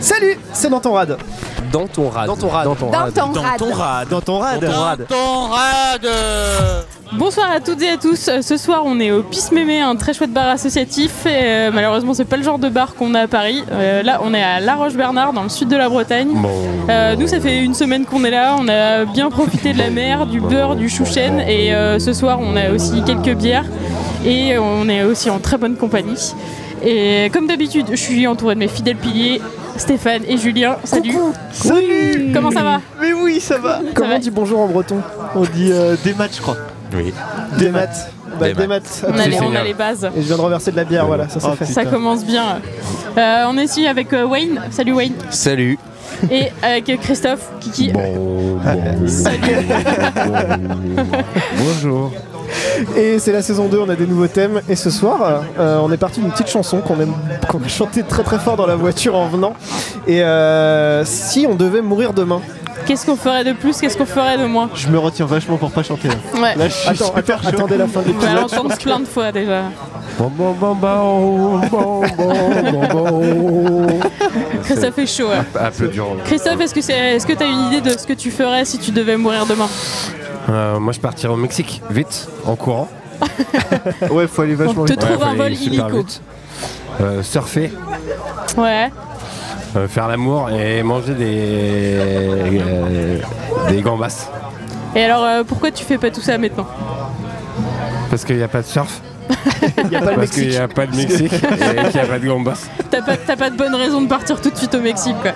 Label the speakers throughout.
Speaker 1: Salut, c'est dans ton rad.
Speaker 2: Dans ton rad.
Speaker 1: Dans ton rad.
Speaker 2: Dans ton
Speaker 3: Dans
Speaker 2: rad.
Speaker 3: ton
Speaker 4: Dans
Speaker 3: rad.
Speaker 4: ton rad.
Speaker 1: Dans ton rad.
Speaker 2: rad.
Speaker 4: ton rad.
Speaker 5: Bonsoir à toutes et à tous. Euh, Ce soir, on est au Pisse Mémé, un très chouette bar associatif. Et, euh, malheureusement, c'est pas le genre de bar qu'on a à Paris. Euh, là, on est à La Roche-Bernard, dans le sud de la Bretagne. Euh, nous, ça fait une semaine qu'on est là. On a bien profité de la mer, du beurre, du chouchen. Et euh, ce soir, on a aussi quelques bières. Et euh, on est aussi en très bonne compagnie. Et comme d'habitude, je suis entourée de mes fidèles piliers, Stéphane et Julien. Salut.
Speaker 1: Salut.
Speaker 5: Comment ça va
Speaker 1: Mais oui, ça va. Comment
Speaker 5: va
Speaker 1: on dit bonjour en breton On dit euh, des maths, je crois.
Speaker 4: Oui.
Speaker 1: Des maths. Bah,
Speaker 2: Des
Speaker 1: des maths.
Speaker 5: on a, les,
Speaker 1: Absolument.
Speaker 5: on a les bases.
Speaker 1: Et je viens de renverser de la bière, voilà, ça c'est
Speaker 4: Oh,
Speaker 1: fait.
Speaker 5: Ça commence bien. Euh, on est ici avec euh, Wayne. Salut Wayne.
Speaker 2: Salut.
Speaker 5: Et avec euh, Christophe, Kiki.
Speaker 2: Bonjour.
Speaker 1: Et c'est la saison 2, on a des nouveaux thèmes. Et ce soir, euh, on est parti d'une petite chanson qu'on aime, qu'on a chantée très très fort dans la voiture en venant. Et euh, si on devait mourir demain,
Speaker 5: Qu'est-ce qu'on ferait de plus Qu'est-ce qu'on ferait de moins
Speaker 4: Je me retiens vachement pour pas chanter. Là,
Speaker 5: Ouais.
Speaker 4: Là, je suis
Speaker 1: Attends,
Speaker 4: super
Speaker 1: attends,
Speaker 4: chaud.
Speaker 1: attendez la fin de
Speaker 5: On va
Speaker 1: l'épisode.
Speaker 5: l'entendre plein de fois déjà. Christophe est chaud. hein. ouais.
Speaker 2: Applaudissons.
Speaker 5: Christophe, est-ce que c'est, est-ce que t'as une idée de ce que tu ferais si tu devais mourir demain
Speaker 2: Euh, moi, je partirai au Mexique, vite, en courant.
Speaker 1: Ouais, faut aller
Speaker 5: On
Speaker 1: vachement
Speaker 5: te
Speaker 1: vite.
Speaker 2: Ouais,
Speaker 5: trouve
Speaker 2: faut
Speaker 5: un
Speaker 2: aller
Speaker 5: vol
Speaker 2: super
Speaker 5: illico.
Speaker 2: vite. Euh, surfer,
Speaker 5: Ouais.
Speaker 2: euh, faire l'amour et manger des euh, des gambas.
Speaker 5: Et alors, euh, pourquoi tu fais pas tout ça maintenant
Speaker 2: Parce qu'il n'y a pas de surf,
Speaker 1: Il n'y a pas le
Speaker 2: parce qu'il n'y
Speaker 1: Mexique.
Speaker 2: a pas de Mexique et qu'il n'y a pas de gambas.
Speaker 5: T'as pas, t'as pas de bonne raison de partir tout de suite au Mexique, quoi.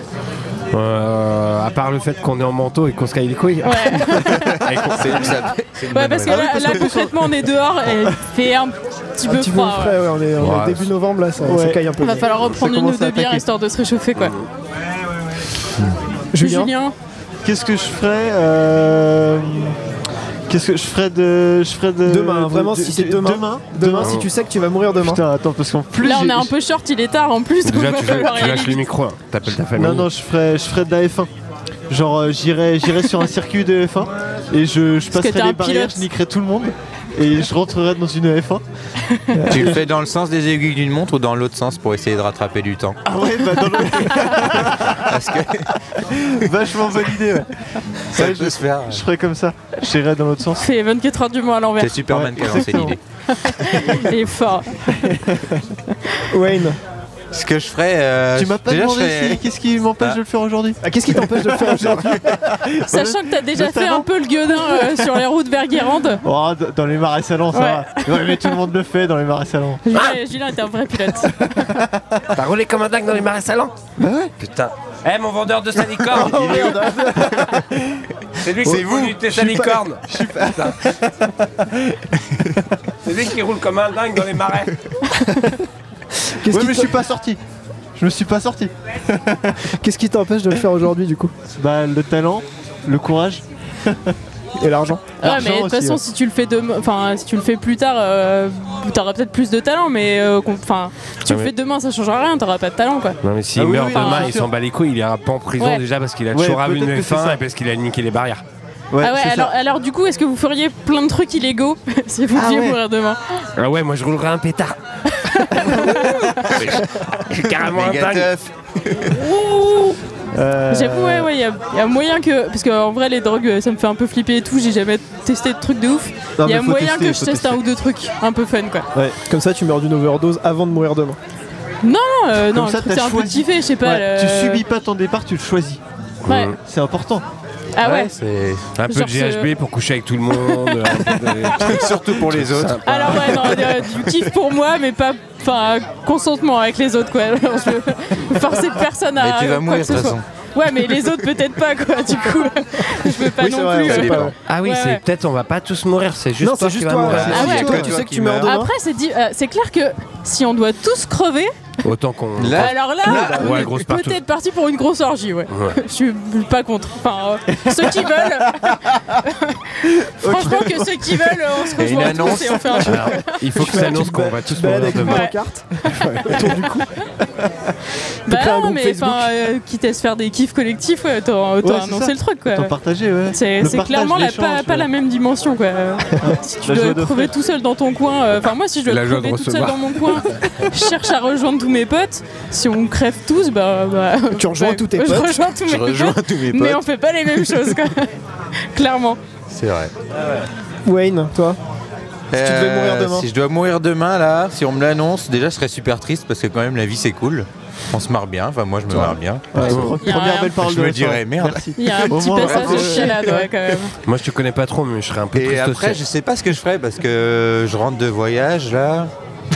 Speaker 2: Euh, à part le fait qu'on est en manteau et qu'on se caille les couilles.
Speaker 5: Ouais.
Speaker 2: Et qu'on-
Speaker 5: Ouais, parce que
Speaker 4: Ah oui,
Speaker 5: là,
Speaker 4: parce
Speaker 5: là,
Speaker 4: que-
Speaker 5: concrètement, on est dehors et il fait un petit
Speaker 1: Un
Speaker 5: peu
Speaker 1: petit peu
Speaker 5: froid. ouais.
Speaker 1: frais, ouais, on est, on est
Speaker 2: Ouais.
Speaker 1: début novembre là, ça, ça
Speaker 4: Ouais.
Speaker 1: caille un peu.
Speaker 5: Il va falloir reprendre une ou
Speaker 4: commence à
Speaker 5: deux bières
Speaker 4: attaquer.
Speaker 5: histoire de se réchauffer, quoi.
Speaker 2: Euh,
Speaker 1: Julien,
Speaker 4: Qu'est-ce que je ferais euh, Qu'est-ce que je ferais de. Je ferais de.
Speaker 1: demain,
Speaker 4: de-
Speaker 1: vraiment,
Speaker 4: de-
Speaker 1: si c'est
Speaker 4: de-
Speaker 1: demain,
Speaker 4: Demain
Speaker 1: demain, si tu sais que tu vas mourir demain.
Speaker 4: Putain, attends, parce qu'en plus.
Speaker 5: Là, on
Speaker 4: j'ai-
Speaker 5: est un peu short, il est tard en plus.
Speaker 2: Déjà,
Speaker 5: on va
Speaker 2: tu, fais-
Speaker 5: falloir
Speaker 2: tu
Speaker 5: y
Speaker 2: lâches
Speaker 5: aller
Speaker 2: le micro. hein. T'appelles ta famille.
Speaker 4: Non, non, je ferais, je ferais de la F1. Genre, euh, j'irais j'irais sur un circuit de F1 et je, je
Speaker 5: Parce que
Speaker 4: passerais
Speaker 5: t'es un
Speaker 4: les barrières,
Speaker 5: pilote.
Speaker 4: je niquerais tout le monde et je rentrerais dans une F1.
Speaker 6: Tu le fais dans le sens des aiguilles d'une montre ou dans l'autre sens pour essayer de rattraper du temps
Speaker 4: Ah ouais, bah dans le...
Speaker 6: Parce que
Speaker 4: Vachement bonne idée, ouais.
Speaker 6: ça
Speaker 4: Ouais,
Speaker 6: peut
Speaker 4: je,
Speaker 6: se faire.
Speaker 4: je ferais comme ça. J'irais dans l'autre sens.
Speaker 5: C'est 24 heures du mois à l'envers.
Speaker 6: C'est Superman qui a lancé
Speaker 4: exactement.
Speaker 6: l'idée.
Speaker 5: Il est fort.
Speaker 1: Wayne,
Speaker 6: Ce que je ferais. euh,
Speaker 4: tu m'as pas
Speaker 6: déjà, je
Speaker 4: demandé
Speaker 6: ferais-
Speaker 4: si- qu'est-ce qui m'empêche
Speaker 6: Ah.
Speaker 4: de le faire aujourd'hui
Speaker 1: ah, qu'est-ce qui t'empêche de le faire aujourd'hui
Speaker 5: Sachant que t'as déjà
Speaker 4: le
Speaker 5: fait un
Speaker 4: talent.
Speaker 5: peu le gueudin euh, sur les routes vers Guérande.
Speaker 4: Oh, d- dans les marais salants, ça va. Ouais, mais tout le monde le fait dans les marais salants.
Speaker 5: Julien, Julien était un vrai pilote.
Speaker 2: Ah T'as roulé comme un dingue dans les marais salants
Speaker 1: Bah
Speaker 2: Putain. Eh mon vendeur de salicorne il est où C'est lui qui
Speaker 1: C'est
Speaker 2: roule
Speaker 1: vous.
Speaker 2: du thé salicorne Putain. C'est lui qui roule comme un dingue dans les marais
Speaker 1: Qu'est-ce
Speaker 4: Ouais,
Speaker 1: qui
Speaker 4: mais je
Speaker 1: t'em-
Speaker 4: suis pas sorti. Je me suis pas sorti.
Speaker 1: Qu'est-ce qui t'empêche de le faire aujourd'hui du coup
Speaker 4: Bah, le talent, le courage.
Speaker 1: Et l'argent
Speaker 5: Ouais,
Speaker 4: L'argent
Speaker 5: mais de toute
Speaker 4: aussi,
Speaker 5: façon,
Speaker 4: ouais.
Speaker 5: si tu le fais demain, enfin, si tu le fais plus tard, euh, t'auras peut-être plus de talent, mais euh, qu'on- enfin, si tu
Speaker 2: Ah
Speaker 5: le
Speaker 2: oui.
Speaker 5: fais demain, ça changera rien, t'auras pas de talent, quoi.
Speaker 2: Non mais s'il
Speaker 4: Ah oui,
Speaker 2: meurt
Speaker 4: oui,
Speaker 2: demain,
Speaker 5: bien
Speaker 2: il
Speaker 4: sûr.
Speaker 2: s'en bat les couilles, il ira pas en prison
Speaker 5: Ouais.
Speaker 2: déjà parce qu'il a
Speaker 4: Ouais,
Speaker 2: toujours ravi
Speaker 4: peut-être
Speaker 2: une
Speaker 4: que c'est
Speaker 2: F1
Speaker 4: ça.
Speaker 2: et parce qu'il a niqué les barrières.
Speaker 4: Ouais,
Speaker 5: ah ouais,
Speaker 4: c'est ça.
Speaker 5: alors, alors du coup, est-ce que vous feriez plein de trucs illégaux si vous deviez mourir demain
Speaker 2: Ah ouais, moi je roulerai un pétard Je suis carrément un
Speaker 6: Méga
Speaker 2: dingue
Speaker 6: teuf.
Speaker 4: Euh,
Speaker 5: J'avoue, ouais, ouais, il y, a- y a moyen que. Parce qu'en vrai, les drogues, ça me fait un peu flipper et tout, j'ai jamais testé de trucs de ouf.
Speaker 4: non,
Speaker 5: Il y a
Speaker 4: mais faut
Speaker 5: moyen
Speaker 4: tester,
Speaker 5: que je
Speaker 4: faut
Speaker 5: teste
Speaker 4: tester.
Speaker 5: un ou deux trucs un peu fun, quoi.
Speaker 1: Comme ça, tu meurs d'une overdose avant de mourir demain.
Speaker 5: Non, euh,
Speaker 4: Comme
Speaker 5: non,
Speaker 4: ça,
Speaker 5: le truc,
Speaker 4: t'as
Speaker 5: c'est un peu
Speaker 4: choisi.
Speaker 5: kiffé, je sais pas. euh,
Speaker 4: Ouais,
Speaker 5: le-
Speaker 4: Tu subis pas ton départ, tu le choisis.
Speaker 5: Ouais.
Speaker 4: C'est important.
Speaker 5: Ah ouais.
Speaker 2: c'est un peu
Speaker 5: Genre,
Speaker 2: de GHB pour coucher avec tout le monde. un peu de-
Speaker 6: Surtout pour les autres.
Speaker 5: Alors ouais, non, euh, du kiff pour moi, mais pas. Enfin, consentement avec les autres, quoi. Alors, je veux forcer personne à.
Speaker 6: Mais tu vas
Speaker 5: quoi
Speaker 6: mourir,
Speaker 5: que ce
Speaker 6: de toute
Speaker 5: soit.
Speaker 6: façon.
Speaker 5: Ouais, mais les autres, peut-être pas, quoi. Du coup, je veux pas
Speaker 1: Oui, c'est
Speaker 5: non
Speaker 1: vrai,
Speaker 5: plus.
Speaker 1: ouais,
Speaker 5: euh,
Speaker 1: c'est
Speaker 6: dépend.
Speaker 1: pas-
Speaker 2: Ah oui,
Speaker 5: Ouais,
Speaker 2: c'est
Speaker 5: ouais.
Speaker 2: peut-être on va pas tous mourir, c'est juste
Speaker 1: Non,
Speaker 2: toi
Speaker 1: c'est
Speaker 2: qui
Speaker 1: juste
Speaker 2: vas
Speaker 1: toi.
Speaker 2: mourir.
Speaker 1: c'est
Speaker 5: Ah ouais.
Speaker 1: juste toi,
Speaker 6: Toi
Speaker 1: tu
Speaker 6: qui
Speaker 1: sais que tu
Speaker 6: meurs.
Speaker 1: meurs demain.
Speaker 5: Après, c'est dit- euh, c'est clair que si on doit tous crever,
Speaker 2: Autant qu'on.
Speaker 6: Là,
Speaker 5: Alors là, on
Speaker 2: ouais,
Speaker 5: est
Speaker 2: grosse partout.
Speaker 5: peut-être parti pour une grosse orgie, ouais.
Speaker 2: Ouais.
Speaker 5: Je suis pas contre. Enfin, euh, ceux qui veulent. Franchement, que ceux qui veulent, on se
Speaker 6: Et une
Speaker 5: rejoint
Speaker 6: annonce.
Speaker 5: tous et on fait un truc.
Speaker 2: Alors, il faut que
Speaker 1: Bah,
Speaker 2: ça annonce qu'on va tous mourir
Speaker 1: avec une
Speaker 2: demain.
Speaker 5: Ouais.
Speaker 1: pancarte autour du cou.
Speaker 5: Bah
Speaker 1: créer un
Speaker 5: non,
Speaker 1: groupe
Speaker 5: mais
Speaker 1: Facebook.
Speaker 5: enfin, euh, quitte à se faire des kiffs collectifs, ouais, autant, autant
Speaker 4: Ouais, c'est
Speaker 5: annoncer
Speaker 4: ça.
Speaker 5: le truc, quoi.
Speaker 4: T'en partager, ouais.
Speaker 5: C'est
Speaker 4: Le
Speaker 5: c'est
Speaker 4: partage,
Speaker 5: clairement la,
Speaker 4: l'échange,
Speaker 5: pas, pas
Speaker 4: ouais.
Speaker 5: la même dimension, quoi. si tu
Speaker 4: La
Speaker 5: dois
Speaker 4: joie
Speaker 5: crever tout seul dans ton coin, euh, enfin moi si je dois
Speaker 2: La joie de
Speaker 5: crever tout seul
Speaker 2: recevoir.
Speaker 5: dans mon coin, je cherche à rejoindre tout tous mes potes. Si on crève tous, bah. bah
Speaker 1: Tu rejoins
Speaker 5: bah,
Speaker 1: tous tes
Speaker 5: je
Speaker 1: potes.
Speaker 5: rejoins tous
Speaker 6: Je
Speaker 5: mes
Speaker 6: rejoins
Speaker 5: potes,
Speaker 6: tous mes
Speaker 5: Mais
Speaker 6: potes.
Speaker 5: on fait pas les mêmes choses, quoi. Clairement.
Speaker 6: C'est vrai.
Speaker 1: Wayne, toi Si tu devais mourir demain.
Speaker 6: euh, Si je dois mourir demain, là, si on me l'annonce, déjà, je serais super triste parce que quand même, la vie, c'est cool. On se marre bien. Enfin, moi, je me marre bien.
Speaker 5: Y a
Speaker 4: Première
Speaker 5: rien.
Speaker 4: belle parole
Speaker 6: Je
Speaker 4: de
Speaker 6: me
Speaker 4: la soirée.
Speaker 6: dirais, merde.
Speaker 4: Merci.
Speaker 5: Il y a un
Speaker 4: Au
Speaker 5: petit
Speaker 4: moins,
Speaker 5: passage de
Speaker 4: bravo.
Speaker 5: chialade, ouais, quand même.
Speaker 2: Moi, je te connais pas trop, mais je serais un peu
Speaker 6: Et
Speaker 2: triste
Speaker 6: après,
Speaker 2: aussi.
Speaker 6: je sais pas ce que je ferais parce que je rentre de voyage là.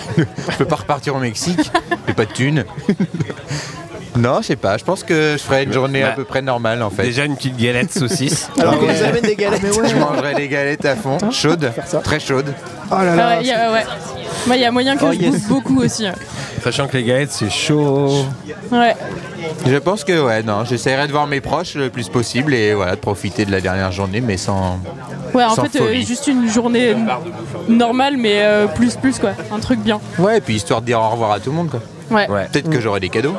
Speaker 6: je peux pas repartir au Mexique, j'ai pas de thunes. non, je sais pas, je pense que je ferais une journée à
Speaker 2: Bah,
Speaker 6: peu près normale en fait.
Speaker 2: Déjà une petite galette saucisse.
Speaker 1: Alors qu'on nous amène des galettes.
Speaker 6: Je mangerais les galettes à fond, chaudes, très chaudes.
Speaker 1: Oh là Oh,
Speaker 5: Ah
Speaker 1: là.
Speaker 5: ouais, y a- ouais. Moi, il y a moyen que je bouffe beaucoup aussi. ouais.
Speaker 2: Sachant que les galettes, c'est chaud.
Speaker 5: Ouais.
Speaker 6: Je pense que ouais, non, j'essaierai de voir mes proches le plus possible et voilà, de profiter de la dernière journée mais sans.
Speaker 5: Ouais, en
Speaker 6: Sans
Speaker 5: fait, euh,
Speaker 6: folie.
Speaker 5: juste une journée n- normale, mais euh, plus, plus, quoi. Un truc bien.
Speaker 6: Ouais, et puis histoire de dire au revoir à tout le monde quoi.
Speaker 5: Ouais.
Speaker 2: Ouais.
Speaker 6: Peut-être que j'aurai des cadeaux.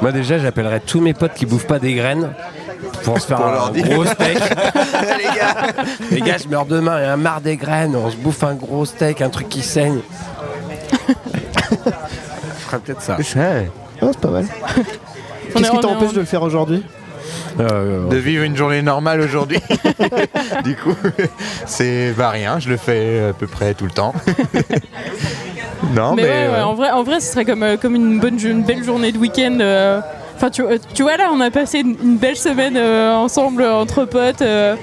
Speaker 2: Moi, déjà, j'appellerais tous mes potes qui bouffent pas des graines pour se faire
Speaker 6: Pour leur
Speaker 2: un
Speaker 6: dire.
Speaker 2: gros steak. les gars, les gars, je meurs demain, il y a un marre des graines, on se bouffe un gros steak, un truc qui saigne. Je ferais peut-être ça.
Speaker 1: Ah, c'est pas mal. Qu'est-ce
Speaker 5: on
Speaker 1: qui
Speaker 5: est-
Speaker 1: t'empêche
Speaker 5: on-
Speaker 1: de le faire aujourd'hui
Speaker 2: Euh,
Speaker 6: de vivre une journée normale aujourd'hui. du coup, c'est pas rien, je le fais à peu près tout le temps. non, Ah,
Speaker 5: Mais,
Speaker 6: mais,
Speaker 5: ouais, ouais,
Speaker 6: ouais.
Speaker 5: en vrai, en vrai, ce serait comme, euh, comme une, bonne, jo- une belle journée de week-end. euh. Enfin, tu, euh, tu vois, là, on a passé une, une belle semaine euh, ensemble euh, entre potes. euh,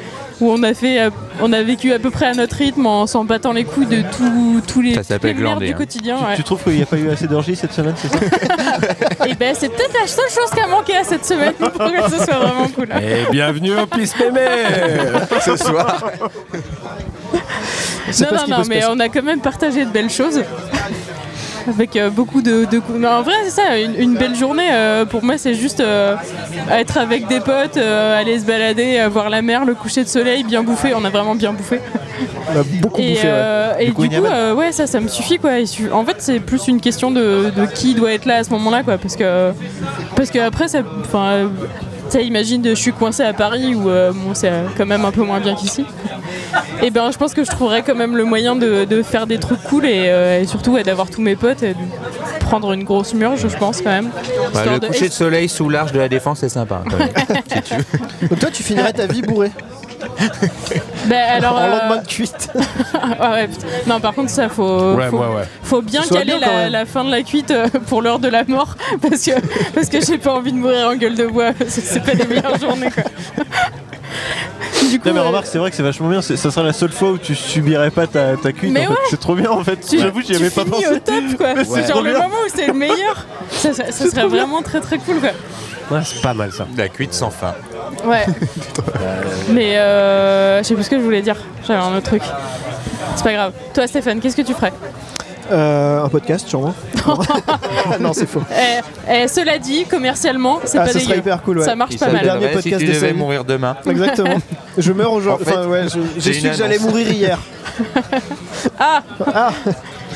Speaker 5: où on a, fait, euh, on a vécu à peu près à notre rythme en s'en battant les coups de tout, tous les,
Speaker 6: Ça
Speaker 5: toutes les
Speaker 6: s'appelle
Speaker 5: merdes
Speaker 6: glander,
Speaker 5: du
Speaker 6: hein.
Speaker 5: quotidien.
Speaker 4: Tu-
Speaker 5: ouais.
Speaker 4: Tu trouves qu'il n'y a pas eu assez d'orgie cette semaine, c'est ça
Speaker 5: Et ben c'est peut-être la seule chose qui a manqué à cette semaine pour que ce soit vraiment cool.
Speaker 2: Et bienvenue au Pisse Mémé
Speaker 6: ce soir.
Speaker 1: C'est
Speaker 5: Non,
Speaker 1: pas
Speaker 5: non,
Speaker 1: ce qui
Speaker 5: non,
Speaker 1: peut se
Speaker 5: mais
Speaker 1: passer.
Speaker 5: on a quand même partagé de belles choses. Avec euh, beaucoup de, de cou- Non, en vrai, c'est ça, une, une belle journée. euh, pour moi, c'est juste euh, être avec des potes, euh, aller se balader, euh, voir la mer, le coucher de soleil, bien bouffer. On a vraiment bien bouffé.
Speaker 1: On a beaucoup
Speaker 5: Et,
Speaker 1: bouffé. ouais.
Speaker 5: euh, et
Speaker 4: Du
Speaker 5: du
Speaker 4: coup,
Speaker 5: coup,
Speaker 4: il y a même-
Speaker 5: euh, ouais, ça, ça me suffit quoi. Il suffit- En fait, c'est plus une question de, de qui doit être là à ce moment-là quoi, parce que parce que après, ça, enfin, euh, tu sais, imagine, de- je suis coincé à Paris où euh, bon, c'est euh, quand même un peu moins bien qu'ici. Et ben, je pense que je trouverais quand même le moyen de, de faire des trucs cool et, euh, et surtout ouais, d'avoir tous mes potes et de prendre une grosse murge, je pense quand même.
Speaker 6: Bah,
Speaker 5: Histoire
Speaker 6: le
Speaker 5: de-
Speaker 6: coucher de soleil sous l'arche de la défense, c'est sympa. quand même.
Speaker 1: Donc toi, tu finirais ta vie bourré
Speaker 5: Ben, alors,
Speaker 1: en
Speaker 5: euh,
Speaker 1: lendemain de cuite.
Speaker 5: ah ouais, putain. non, par contre, ça faut.
Speaker 2: Ouais,
Speaker 5: faut-
Speaker 2: ouais, ouais.
Speaker 5: Faut bien
Speaker 1: soit
Speaker 5: caler
Speaker 1: bien, quand
Speaker 5: la,
Speaker 1: même.
Speaker 5: la fin de la cuite euh, pour l'heure de la mort parce que, parce que j'ai pas envie de mourir en gueule de bois. C'est- C'est pas les meilleures journées quoi. Du coup,
Speaker 4: Non mais
Speaker 5: euh,
Speaker 4: remarque, c'est vrai que c'est vachement bien, c'est- ça sera la seule fois où tu subirais pas ta, ta cuite.
Speaker 5: Mais
Speaker 4: en fait.
Speaker 5: ouais.
Speaker 4: C'est trop bien en fait,
Speaker 5: tu,
Speaker 4: j'avoue j'y
Speaker 5: tu
Speaker 4: avais pas
Speaker 5: finis
Speaker 4: pensé.
Speaker 5: au top quoi.
Speaker 4: c'est
Speaker 5: C'est genre
Speaker 4: trop
Speaker 5: le
Speaker 4: bien.
Speaker 5: moment où c'est le meilleur. Ça, ça- ça serait vraiment très très cool quoi.
Speaker 2: Ouais, C'est pas mal ça.
Speaker 6: La cuite sans fin.
Speaker 5: Ouais. Mais euh, je sais plus ce que je voulais dire. J'avais un autre truc. C'est pas grave. Toi Stéphane, qu'est-ce que tu ferais
Speaker 1: Euh, un podcast, sûrement. non, c'est faux.
Speaker 5: Eh, eh, Cela dit, commercialement, c'est
Speaker 1: Ah,
Speaker 5: pas
Speaker 1: ce
Speaker 5: dégueu.
Speaker 1: serait hyper cool, ouais.
Speaker 5: Ça marche
Speaker 6: Il
Speaker 5: pas mal.
Speaker 1: s'appelle- dernier
Speaker 6: s'appellerait si
Speaker 1: podcast
Speaker 6: tu
Speaker 1: de
Speaker 6: devais
Speaker 1: sa vie.
Speaker 6: mourir demain.
Speaker 1: Exactement. Je meurs aujourd'hui.
Speaker 6: En fait,
Speaker 1: Enfin, ouais, je- j'ai
Speaker 6: j'ai
Speaker 1: su
Speaker 6: une
Speaker 1: que j'allais
Speaker 6: annonce.
Speaker 1: mourir hier.
Speaker 5: Ah,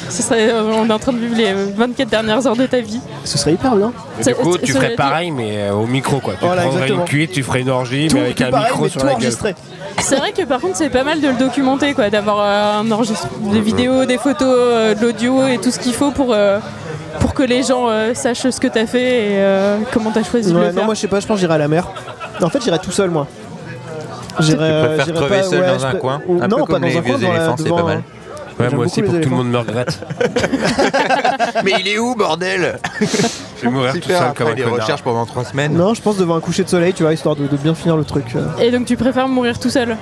Speaker 5: Ce serait- euh, on est en train de vivre les euh, 24 dernières heures de ta vie.
Speaker 1: Ce serait hyper bien.
Speaker 2: Et
Speaker 5: Ça-
Speaker 2: du coup,
Speaker 5: ça-
Speaker 2: tu
Speaker 5: ça-
Speaker 2: ferais pareil, mais euh, au micro quoi. Tu
Speaker 1: Voilà,
Speaker 2: prendrais
Speaker 1: exactement.
Speaker 2: une cuite, tu ferais une orgie, mais avec
Speaker 1: tout
Speaker 2: un
Speaker 1: pareil,
Speaker 2: micro
Speaker 1: mais
Speaker 2: sur
Speaker 1: tout
Speaker 2: la gueule.
Speaker 1: enregistré.
Speaker 5: C'est vrai que par contre, c'est pas mal de le documenter, quoi, d'avoir euh, un enregistrement des vidéos, des photos, euh, de l'audio et tout ce qu'il faut pour, euh, pour que les gens euh, sachent ce que t'as fait et euh, comment t'as choisi de
Speaker 1: Ouais,
Speaker 5: le
Speaker 1: non,
Speaker 5: faire.
Speaker 1: moi je sais pas, je pense que j'irai à la mer. En fait, j'irai tout seul, moi. J'irai.
Speaker 6: Tu
Speaker 1: euh,
Speaker 6: préfères
Speaker 1: j'irai
Speaker 6: crever
Speaker 1: pas-
Speaker 6: seul
Speaker 1: ouais,
Speaker 6: dans
Speaker 1: je
Speaker 6: un
Speaker 1: pré-
Speaker 6: coin
Speaker 1: ou-
Speaker 6: Un
Speaker 1: Non,
Speaker 6: peu
Speaker 1: pas
Speaker 6: comme
Speaker 1: dans
Speaker 6: les
Speaker 1: un coin,
Speaker 6: vieux
Speaker 1: dans la-
Speaker 6: éléphants, c'est
Speaker 1: devant- euh,
Speaker 6: pas mal.
Speaker 2: Ouais,
Speaker 1: J'aime
Speaker 2: moi aussi,
Speaker 1: beaucoup
Speaker 2: pour
Speaker 1: les
Speaker 2: que tout le monde me regrette.
Speaker 6: Mais il est où, bordel
Speaker 2: Je vais mourir tout
Speaker 6: Super,
Speaker 2: seul comme
Speaker 6: après
Speaker 2: un
Speaker 6: des
Speaker 2: connard.
Speaker 6: recherches pendant trois semaines.
Speaker 1: Non, je pense devant un coucher de soleil, tu vois, histoire de, de bien finir le truc. euh.
Speaker 5: Et donc, tu préfères mourir tout seul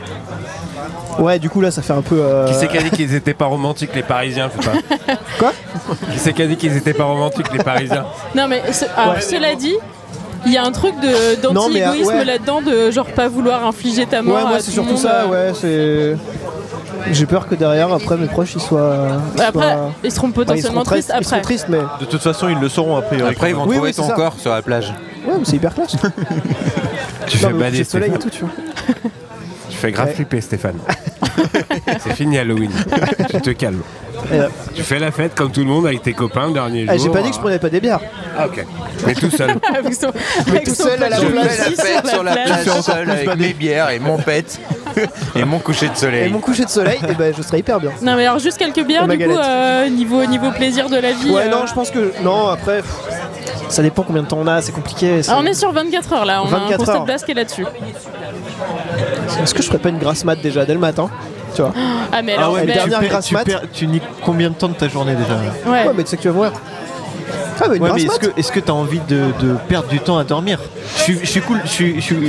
Speaker 1: Ouais, du coup là, ça fait un peu. euh,
Speaker 2: Qui c'est qui a dit qu'ils étaient pas romantiques les Parisiens faut pas.
Speaker 1: Quoi
Speaker 2: Qui c'est qui a dit qu'ils étaient pas romantiques les Parisiens
Speaker 5: Non, mais ce- alors, cela dit. Il y a un truc de-
Speaker 1: Non, mais, euh,
Speaker 5: d'anti-égoïsme
Speaker 1: ouais.
Speaker 5: là-dedans, de genre pas vouloir infliger ta mort
Speaker 1: Ouais,
Speaker 5: à
Speaker 1: moi c'est
Speaker 5: tout le
Speaker 1: surtout
Speaker 5: monde,
Speaker 1: ça,
Speaker 5: euh.
Speaker 1: ouais, c'est. J'ai peur que derrière, après, mes proches ils soient. ils
Speaker 5: Bah, Après, ils
Speaker 1: soient-
Speaker 5: seront
Speaker 1: Enfin, ils seront
Speaker 5: potentiellement tristes
Speaker 1: tristes, ils seront
Speaker 5: euh, après.
Speaker 1: tristes, mais.
Speaker 4: De toute façon, ils le sauront a priori.
Speaker 6: Après, ils vont
Speaker 1: Oui,
Speaker 6: trouver
Speaker 1: oui, c'est
Speaker 6: ton
Speaker 1: ça.
Speaker 6: corps sur la plage.
Speaker 1: Ouais, mais c'est hyper classe.
Speaker 2: Tu
Speaker 1: Non,
Speaker 2: fais
Speaker 1: mais au coucher
Speaker 2: bader
Speaker 1: de soleil et
Speaker 2: Stéphane.
Speaker 1: tout, tu vois.
Speaker 2: Tu fais grave
Speaker 1: Ouais.
Speaker 2: flipper Stéphane. c'est fini Halloween. Je te calme.
Speaker 1: Et, euh,
Speaker 2: Tu fais la fête comme tout le monde avec tes copains le dernier jour.
Speaker 1: eh, J'ai pas dit
Speaker 6: hein.
Speaker 1: que je prenais pas des bières.
Speaker 2: Ah ok. Mais tout seul.
Speaker 5: avec son, avec
Speaker 1: tout
Speaker 5: son
Speaker 1: seul à la
Speaker 5: petit
Speaker 1: plage.
Speaker 5: souci
Speaker 6: fête sur la plage
Speaker 5: plage.
Speaker 6: seul avec mes bières et mon pet. Et mon coucher de
Speaker 1: Et
Speaker 6: soleil.
Speaker 1: mon coucher de soleil, eh ben, je serais hyper bien.
Speaker 5: Non, mais alors juste quelques bières,
Speaker 1: Oh, ma
Speaker 5: du coup,
Speaker 1: galette.
Speaker 5: euh, niveau, niveau plaisir de la vie.
Speaker 1: Ouais,
Speaker 5: euh,
Speaker 1: non, je pense que. Non, après. pff, Ça dépend combien de temps on a, c'est compliqué. c'est-
Speaker 5: alors, on est sur 24 heures là, on a un
Speaker 1: 24
Speaker 5: constat
Speaker 1: heures.
Speaker 5: de base qui est là-dessus.
Speaker 4: Ah,
Speaker 1: Est-ce que je ferais pas une grasse mat déjà dès le matin Tu vois
Speaker 5: Ah, mais alors,
Speaker 1: ouais,
Speaker 5: mais-
Speaker 1: mais dernière
Speaker 4: tu, perds,
Speaker 1: grasse
Speaker 4: tu,
Speaker 1: mat.
Speaker 4: perds- tu niques combien de temps de ta journée déjà
Speaker 5: ouais.
Speaker 1: Ouais, mais tu sais que tu vas mourir. Ah, bah une
Speaker 4: Ouais, mais
Speaker 1: grasse
Speaker 4: est-ce
Speaker 1: mat
Speaker 4: que est-ce que t'as envie de, de perdre du temps à dormir je suis, je suis cool, je suis, je suis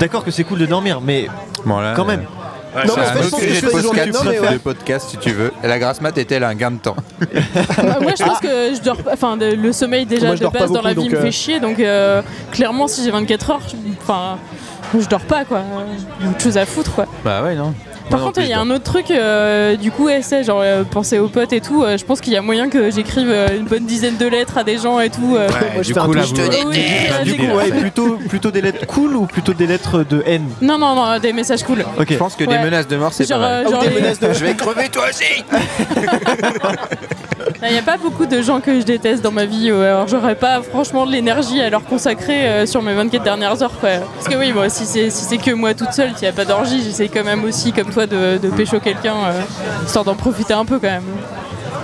Speaker 4: d'accord que c'est cool de dormir, mais
Speaker 6: Bon, là, euh,
Speaker 4: quand même.
Speaker 1: Non,
Speaker 6: C'est
Speaker 1: mais en
Speaker 6: un
Speaker 1: fait, je
Speaker 6: autre
Speaker 1: pense que je
Speaker 6: sujet de
Speaker 1: fais des journées.
Speaker 6: podcast,
Speaker 1: Non, mais ouais.
Speaker 6: de podcast si tu veux. La grasse mat est-elle un gain de temps
Speaker 5: Bah, moi je pense que je dors pas- enfin de- le sommeil déjà
Speaker 1: Moi, je
Speaker 5: de
Speaker 1: dors pas
Speaker 5: base dans
Speaker 1: beaucoup,
Speaker 5: la vie
Speaker 1: donc,
Speaker 5: me
Speaker 1: euh,
Speaker 5: fait chier donc euh, clairement si j'ai 24 heures je- enfin je dors pas quoi J'ai autre chose à foutre quoi
Speaker 6: Bah ouais, non.
Speaker 5: par contre il y a un autre truc euh, du coup ouais, c'est genre euh, penser aux potes et tout euh, je pense qu'il y a moyen que j'écrive euh, une bonne dizaine de lettres à des gens et tout euh.
Speaker 1: moi, je
Speaker 6: du
Speaker 1: fais un
Speaker 6: coup, là,
Speaker 1: twist
Speaker 6: vous-
Speaker 5: Oui, euh,
Speaker 6: du
Speaker 5: du
Speaker 6: coup,
Speaker 5: coup,
Speaker 4: Ouais, plutôt, plutôt des lettres cool ou plutôt des lettres de haine
Speaker 5: non non non des messages cool
Speaker 4: Ok.
Speaker 6: Je pense que des
Speaker 5: Ouais.
Speaker 6: menaces de mort, c'est pas
Speaker 5: genre,
Speaker 6: mal.
Speaker 5: euh, genre,
Speaker 1: des
Speaker 5: les-
Speaker 1: menaces de.
Speaker 6: Je vais crever toi aussi
Speaker 5: Il n'y a pas beaucoup de gens que je déteste dans ma vie. ouais. Alors j'aurais pas franchement de l'énergie à leur consacrer euh, sur mes 24 dernières heures. Quoi. Parce que oui, moi, si c'est si c'est que moi toute seule, s'il n'y a pas d'orgie, j'essaie quand même aussi, comme toi, de, de pécho quelqu'un, euh, histoire d'en profiter un peu quand même.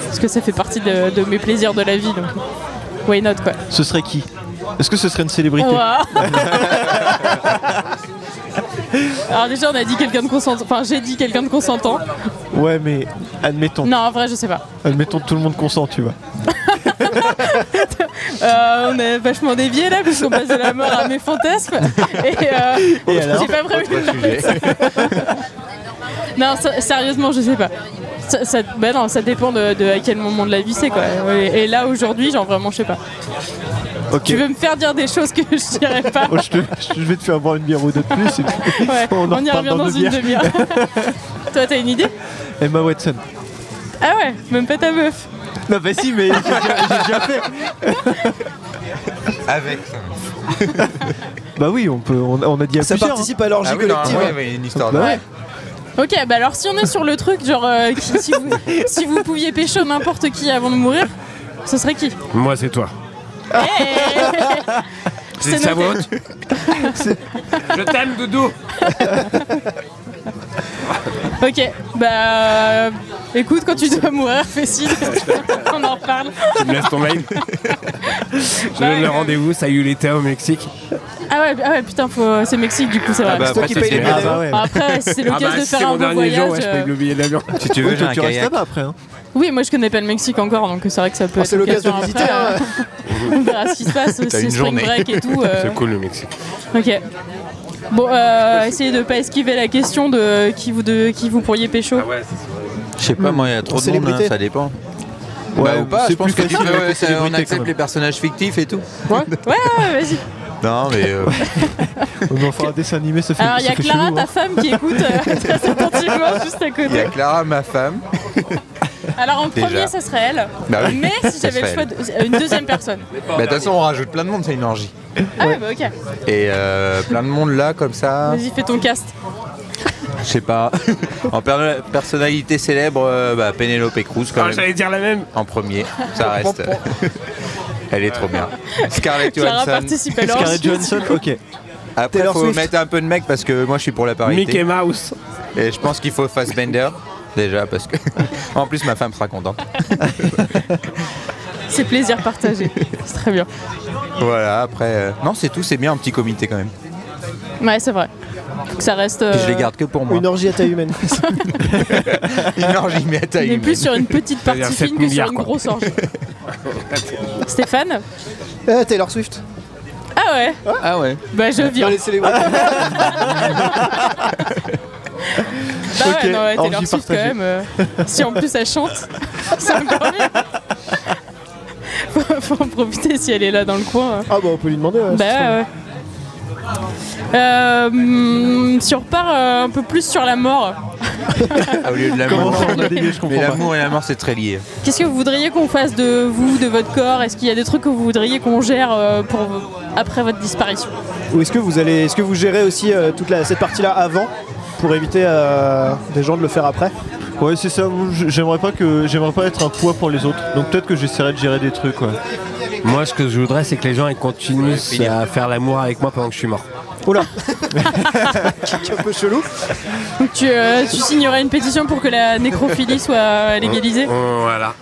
Speaker 5: Parce que ça fait partie de, de mes plaisirs de la vie. Donc. Why not quoi
Speaker 4: Ce serait qui Est-ce que ce serait une célébrité
Speaker 5: Ouah. Alors déjà on a dit quelqu'un de consentant, enfin j'ai dit quelqu'un de consentant.
Speaker 4: Ouais, mais admettons,
Speaker 5: Non en vrai je sais pas.
Speaker 4: admettons tout le monde consent, tu vois.
Speaker 5: Euh, on est vachement dévié là puisqu'on passe de la mort à mes fantasmes. Et, euh,
Speaker 4: Et alors
Speaker 5: j'ai pas prévu de
Speaker 6: Autre sujet.
Speaker 5: Non, sé- sérieusement, je sais pas. Ça, ça- bah non, ça dépend de, de à quel moment de la vie c'est quoi. Et, et là aujourd'hui, genre vraiment, je sais pas.
Speaker 4: Ok.
Speaker 5: Tu veux me faire dire des choses que je dirais pas
Speaker 4: Oh, je, te- je vais te faire boire une bière ou deux de plus. et puis
Speaker 5: Ouais,
Speaker 4: on en
Speaker 5: On, y
Speaker 4: reparle
Speaker 5: revient
Speaker 4: dans
Speaker 5: dans
Speaker 4: deux
Speaker 5: une
Speaker 4: bières.
Speaker 5: demi-heure. Toi, t'as une idée
Speaker 4: Emma Watson.
Speaker 5: Ah ouais, même pas ta meuf.
Speaker 4: Non, bah si, mais j'ai déjà, j'ai déjà fait.
Speaker 6: Avec ça.
Speaker 4: Bah oui, on peut, on, on a dit à
Speaker 1: Ça
Speaker 4: plusieurs. hein.
Speaker 1: participe à l'orgie
Speaker 6: Ah oui, non,
Speaker 1: collective.
Speaker 6: ouais, mais une histoire
Speaker 4: Bah
Speaker 6: de.
Speaker 4: ouais.
Speaker 5: Ok, bah alors si on est sur le truc, genre euh, qui- si, vous, si vous pouviez pécho n'importe qui avant de mourir, ce serait qui
Speaker 2: Moi, c'est toi.
Speaker 1: Eh
Speaker 5: C'est
Speaker 2: sa
Speaker 5: noté.
Speaker 2: haute. Je t'aime, Doudou.
Speaker 5: Ok, bah euh, écoute, quand tu dois mourir, fais signe. on en reparle.
Speaker 2: Tu me laisses ton mail. Je
Speaker 5: Bah,
Speaker 2: donne le
Speaker 5: euh,
Speaker 2: rendez-vous, ça Yuleta au Mexique.
Speaker 5: Ah ouais, ah ouais putain, faut... c'est Mexique du coup, c'est vrai.
Speaker 6: Ah bah,
Speaker 1: toi
Speaker 6: après,
Speaker 1: qui
Speaker 6: c'est
Speaker 1: paye les
Speaker 6: une
Speaker 1: billets
Speaker 6: merde.
Speaker 1: d'avion.
Speaker 4: ouais.
Speaker 5: Bon, Après, si c'est l'occasion
Speaker 2: bah,
Speaker 5: de
Speaker 2: si c'est
Speaker 5: faire
Speaker 2: mon
Speaker 5: un bon
Speaker 2: dernier
Speaker 5: voyage.
Speaker 2: jour, ouais, je paye
Speaker 5: euh,
Speaker 2: le billet d'avion.
Speaker 6: Si tu veux,
Speaker 4: Oui,
Speaker 6: j'ai
Speaker 4: toi,
Speaker 6: un
Speaker 4: tu restes
Speaker 6: kayak.
Speaker 4: là-bas après. hein.
Speaker 5: Oui, moi je connais pas le Mexique encore, donc c'est vrai que ça peut
Speaker 1: Ah,
Speaker 5: être.
Speaker 1: C'est l'occasion de visiter.
Speaker 5: après,
Speaker 1: hein.
Speaker 5: euh, On verra ce qui se passe, si
Speaker 6: T'as
Speaker 5: spring
Speaker 6: une journée.
Speaker 5: break et tout. euh,
Speaker 2: C'est cool le Mexique.
Speaker 5: Ok. Bon, euh, essayez de pas esquiver la question de euh, qui vous, de, qui vous pourriez pécho.
Speaker 2: ouais, c'est
Speaker 6: Je sais pas, moi, il y a trop de monde,
Speaker 1: Célébrité.
Speaker 6: hein, ça dépend.
Speaker 4: Ouais,
Speaker 6: bah, Hmm. ou pas,
Speaker 4: c'est
Speaker 6: je pense que
Speaker 4: plus
Speaker 6: tu
Speaker 4: facile
Speaker 6: peux-
Speaker 4: avec les
Speaker 6: ça- on
Speaker 4: célébrités, quand
Speaker 6: accepte
Speaker 4: même.
Speaker 6: les personnages fictifs et tout.
Speaker 5: Ouais, ouais, ouais, vas-y.
Speaker 6: Non, mais. euh,
Speaker 4: On va faire un dessin animé, ça fait
Speaker 5: Alors, il y
Speaker 4: ça
Speaker 5: a
Speaker 4: fait
Speaker 5: Clara,
Speaker 4: chelou, hein.
Speaker 5: ta femme, qui écoute euh, très attentivement juste à
Speaker 6: Il y a
Speaker 5: côté.
Speaker 6: Clara, ma femme.
Speaker 5: Alors, en
Speaker 6: Déjà.
Speaker 5: premier, ça serait elle.
Speaker 6: Bah oui.
Speaker 5: Mais si
Speaker 6: Ça
Speaker 5: j'avais le
Speaker 6: serait
Speaker 5: choix, de, euh, une deuxième personne.
Speaker 6: Bah, de toute façon, on rajoute plein de monde, c'est une orgie.
Speaker 5: Ah ouais, bah ok.
Speaker 6: Et euh, plein de monde là, comme ça.
Speaker 5: Vas-y, fais ton cast.
Speaker 6: Je sais pas. en per- personnalité célèbre, euh, bah, Penelope Cruz, quand même,
Speaker 2: Ah, J'allais dire la même.
Speaker 6: en premier. Ça reste. Elle est trop bien. Scarlett
Speaker 5: Clara
Speaker 6: Johansson.
Speaker 5: participe à
Speaker 4: Scarlett
Speaker 5: l'orgie.
Speaker 4: Johansson, ok.
Speaker 6: Après,
Speaker 1: Taylor
Speaker 6: faut
Speaker 1: Swift.
Speaker 6: mettre un peu de mec parce que moi, je suis pour la parité.
Speaker 2: Mickey Mouse.
Speaker 6: Et je pense qu'il faut Fassbender. Déjà, parce que. en plus, ma femme sera contente.
Speaker 5: C'est plaisir partagé. C'est très bien.
Speaker 6: Voilà, après. euh, Non, c'est tout, c'est bien un petit comité quand même.
Speaker 5: Ouais, c'est vrai. Faut que ça reste.
Speaker 6: Puis je les
Speaker 5: euh,
Speaker 6: garde que pour moi.
Speaker 1: Une orgie à taille humaine.
Speaker 6: Une orgie, mais à
Speaker 5: On
Speaker 6: taille
Speaker 5: est plus
Speaker 6: humaine.
Speaker 5: sur une petite partie
Speaker 2: C'est-à-dire sept
Speaker 5: fine que sur
Speaker 2: milliards,
Speaker 5: une
Speaker 2: quoi.
Speaker 5: grosse orgie. Stéphane
Speaker 1: Ah, Taylor Swift.
Speaker 5: Ah ouais
Speaker 6: Ah ouais.
Speaker 5: Bah je
Speaker 1: Dans
Speaker 5: viens.
Speaker 1: les célébrités.
Speaker 5: Bah ouais,
Speaker 4: Ok,
Speaker 5: non, ouais, Taylor
Speaker 4: orgie
Speaker 5: Swift quand
Speaker 4: partagée.
Speaker 5: même. euh, si en plus elle chante, c'est encore mieux. faut, faut en profiter si elle est là dans le coin. hein.
Speaker 1: Ah bah on peut lui demander.
Speaker 5: Bah
Speaker 1: ouais, c'est
Speaker 5: ouais,
Speaker 1: ça.
Speaker 5: ouais. Euh, hmm, si on repart euh, un peu plus sur la mort,
Speaker 6: Ah, au lieu de
Speaker 4: Comment
Speaker 6: l'amour.
Speaker 4: ça, on a des liens, je
Speaker 6: Mais
Speaker 4: comprends pas.
Speaker 6: l'amour et la mort, c'est très lié.
Speaker 5: Qu'est-ce que vous voudriez qu'on fasse de vous, de votre corps Est-ce qu'il y a des trucs que vous voudriez qu'on gère euh, pour vo- après votre disparition
Speaker 1: Ou est-ce que vous allez, est-ce que vous gérez aussi euh, toute la- cette partie-là avant pour éviter euh, des gens de le faire après
Speaker 4: Ouais, c'est ça. moi, j- J'aimerais pas que, j'aimerais pas être un poids pour les autres. Donc peut-être que j'essaierai de gérer des trucs. Ouais.
Speaker 2: Moi, ce que je voudrais, c'est que les gens ils continuent à faire l'amour avec moi pendant que je suis mort.
Speaker 1: Oula Kick un peu chelou.
Speaker 5: Donc tu, euh, tu signerais une pétition pour que la nécrophilie soit euh, légalisée
Speaker 2: Oh, voilà.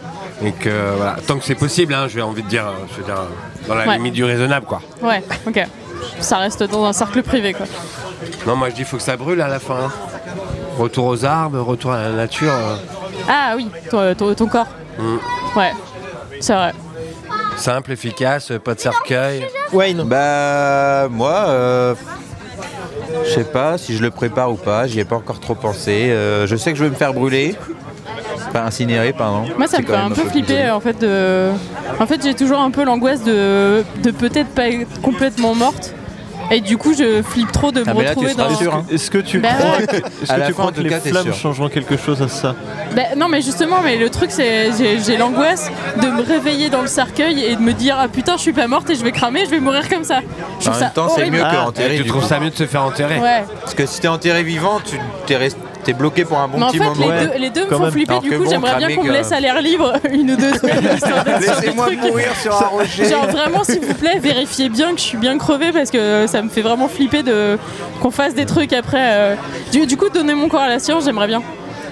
Speaker 2: Et que, voilà. Tant que c'est possible, hein, je vais envie de dire, euh, je veux dire, euh, dans la
Speaker 5: Ouais.
Speaker 2: limite du raisonnable, quoi.
Speaker 5: Ouais, ok. Ça reste dans un cercle privé quoi.
Speaker 2: Non, moi je dis, faut que ça brûle à la fin. hein. Retour aux arbres, retour à la nature. euh,
Speaker 5: Ah oui, ton, ton- ton corps.
Speaker 2: Mm.
Speaker 5: Ouais, c'est vrai.
Speaker 2: simple, efficace, euh, pas de cercueil.
Speaker 1: Wayne,
Speaker 6: Bah moi, euh, je sais pas si je le prépare ou pas, j'y ai pas encore trop pensé. Euh, je sais que je vais me faire brûler. Pas incinérer, pardon.
Speaker 5: Moi ça
Speaker 6: C'est
Speaker 5: me
Speaker 6: quand
Speaker 5: fait
Speaker 6: même
Speaker 5: un peu flipper
Speaker 6: désolé.
Speaker 5: en fait de... En fait j'ai toujours un peu l'angoisse de, de peut-être pas être complètement morte. Et du coup je flippe trop de me
Speaker 6: Ah, mais là, tu
Speaker 5: retrouver
Speaker 6: seras
Speaker 5: dans...
Speaker 6: sûr, hein.
Speaker 4: Est-ce que tu
Speaker 5: Bah
Speaker 4: crois,
Speaker 5: ouais.
Speaker 4: que, est-ce
Speaker 6: À
Speaker 4: que
Speaker 6: la fin,
Speaker 4: tu crois
Speaker 6: en
Speaker 4: que
Speaker 6: tout
Speaker 4: les
Speaker 6: cas, t'es
Speaker 4: flammes
Speaker 6: sûr.
Speaker 4: changeront quelque chose à ça
Speaker 5: Bah, non mais justement mais le truc c'est j'ai j'ai l'angoisse de me réveiller dans le cercueil et de me dire ah putain je suis pas morte et je vais cramer je vais mourir comme ça. Je
Speaker 6: En
Speaker 5: trouve
Speaker 6: même
Speaker 5: ça
Speaker 6: temps, c'est
Speaker 5: horrible.
Speaker 6: mieux que
Speaker 4: Ah,
Speaker 6: enterré.
Speaker 2: tu
Speaker 6: du
Speaker 2: trouves
Speaker 6: coup.
Speaker 2: ça mieux de se faire enterrer
Speaker 5: Ouais.
Speaker 6: Parce que si t'es enterré vivant, tu t'es rest- t'es bloqué pour un bon
Speaker 5: Mais en
Speaker 6: petit
Speaker 5: fait les
Speaker 6: moment.
Speaker 4: Ouais.
Speaker 5: deux, les deux me
Speaker 4: Quand
Speaker 5: font
Speaker 4: même.
Speaker 5: flipper
Speaker 6: Alors
Speaker 5: du
Speaker 6: que
Speaker 5: coup
Speaker 6: bon,
Speaker 5: j'aimerais bien
Speaker 6: cramer
Speaker 5: qu'on me
Speaker 6: que-
Speaker 5: laisse à l'air libre une ou deux semaines histoire d'être sûr du
Speaker 6: Laissez-moi
Speaker 5: truc.
Speaker 6: mourir sur un rocher.
Speaker 5: Genre vraiment s'il vous plaît vérifiez bien que je suis bien crevée parce que ça me fait vraiment flipper de qu'on fasse des trucs après. euh. Du, du coup donner mon corps à la science j'aimerais bien.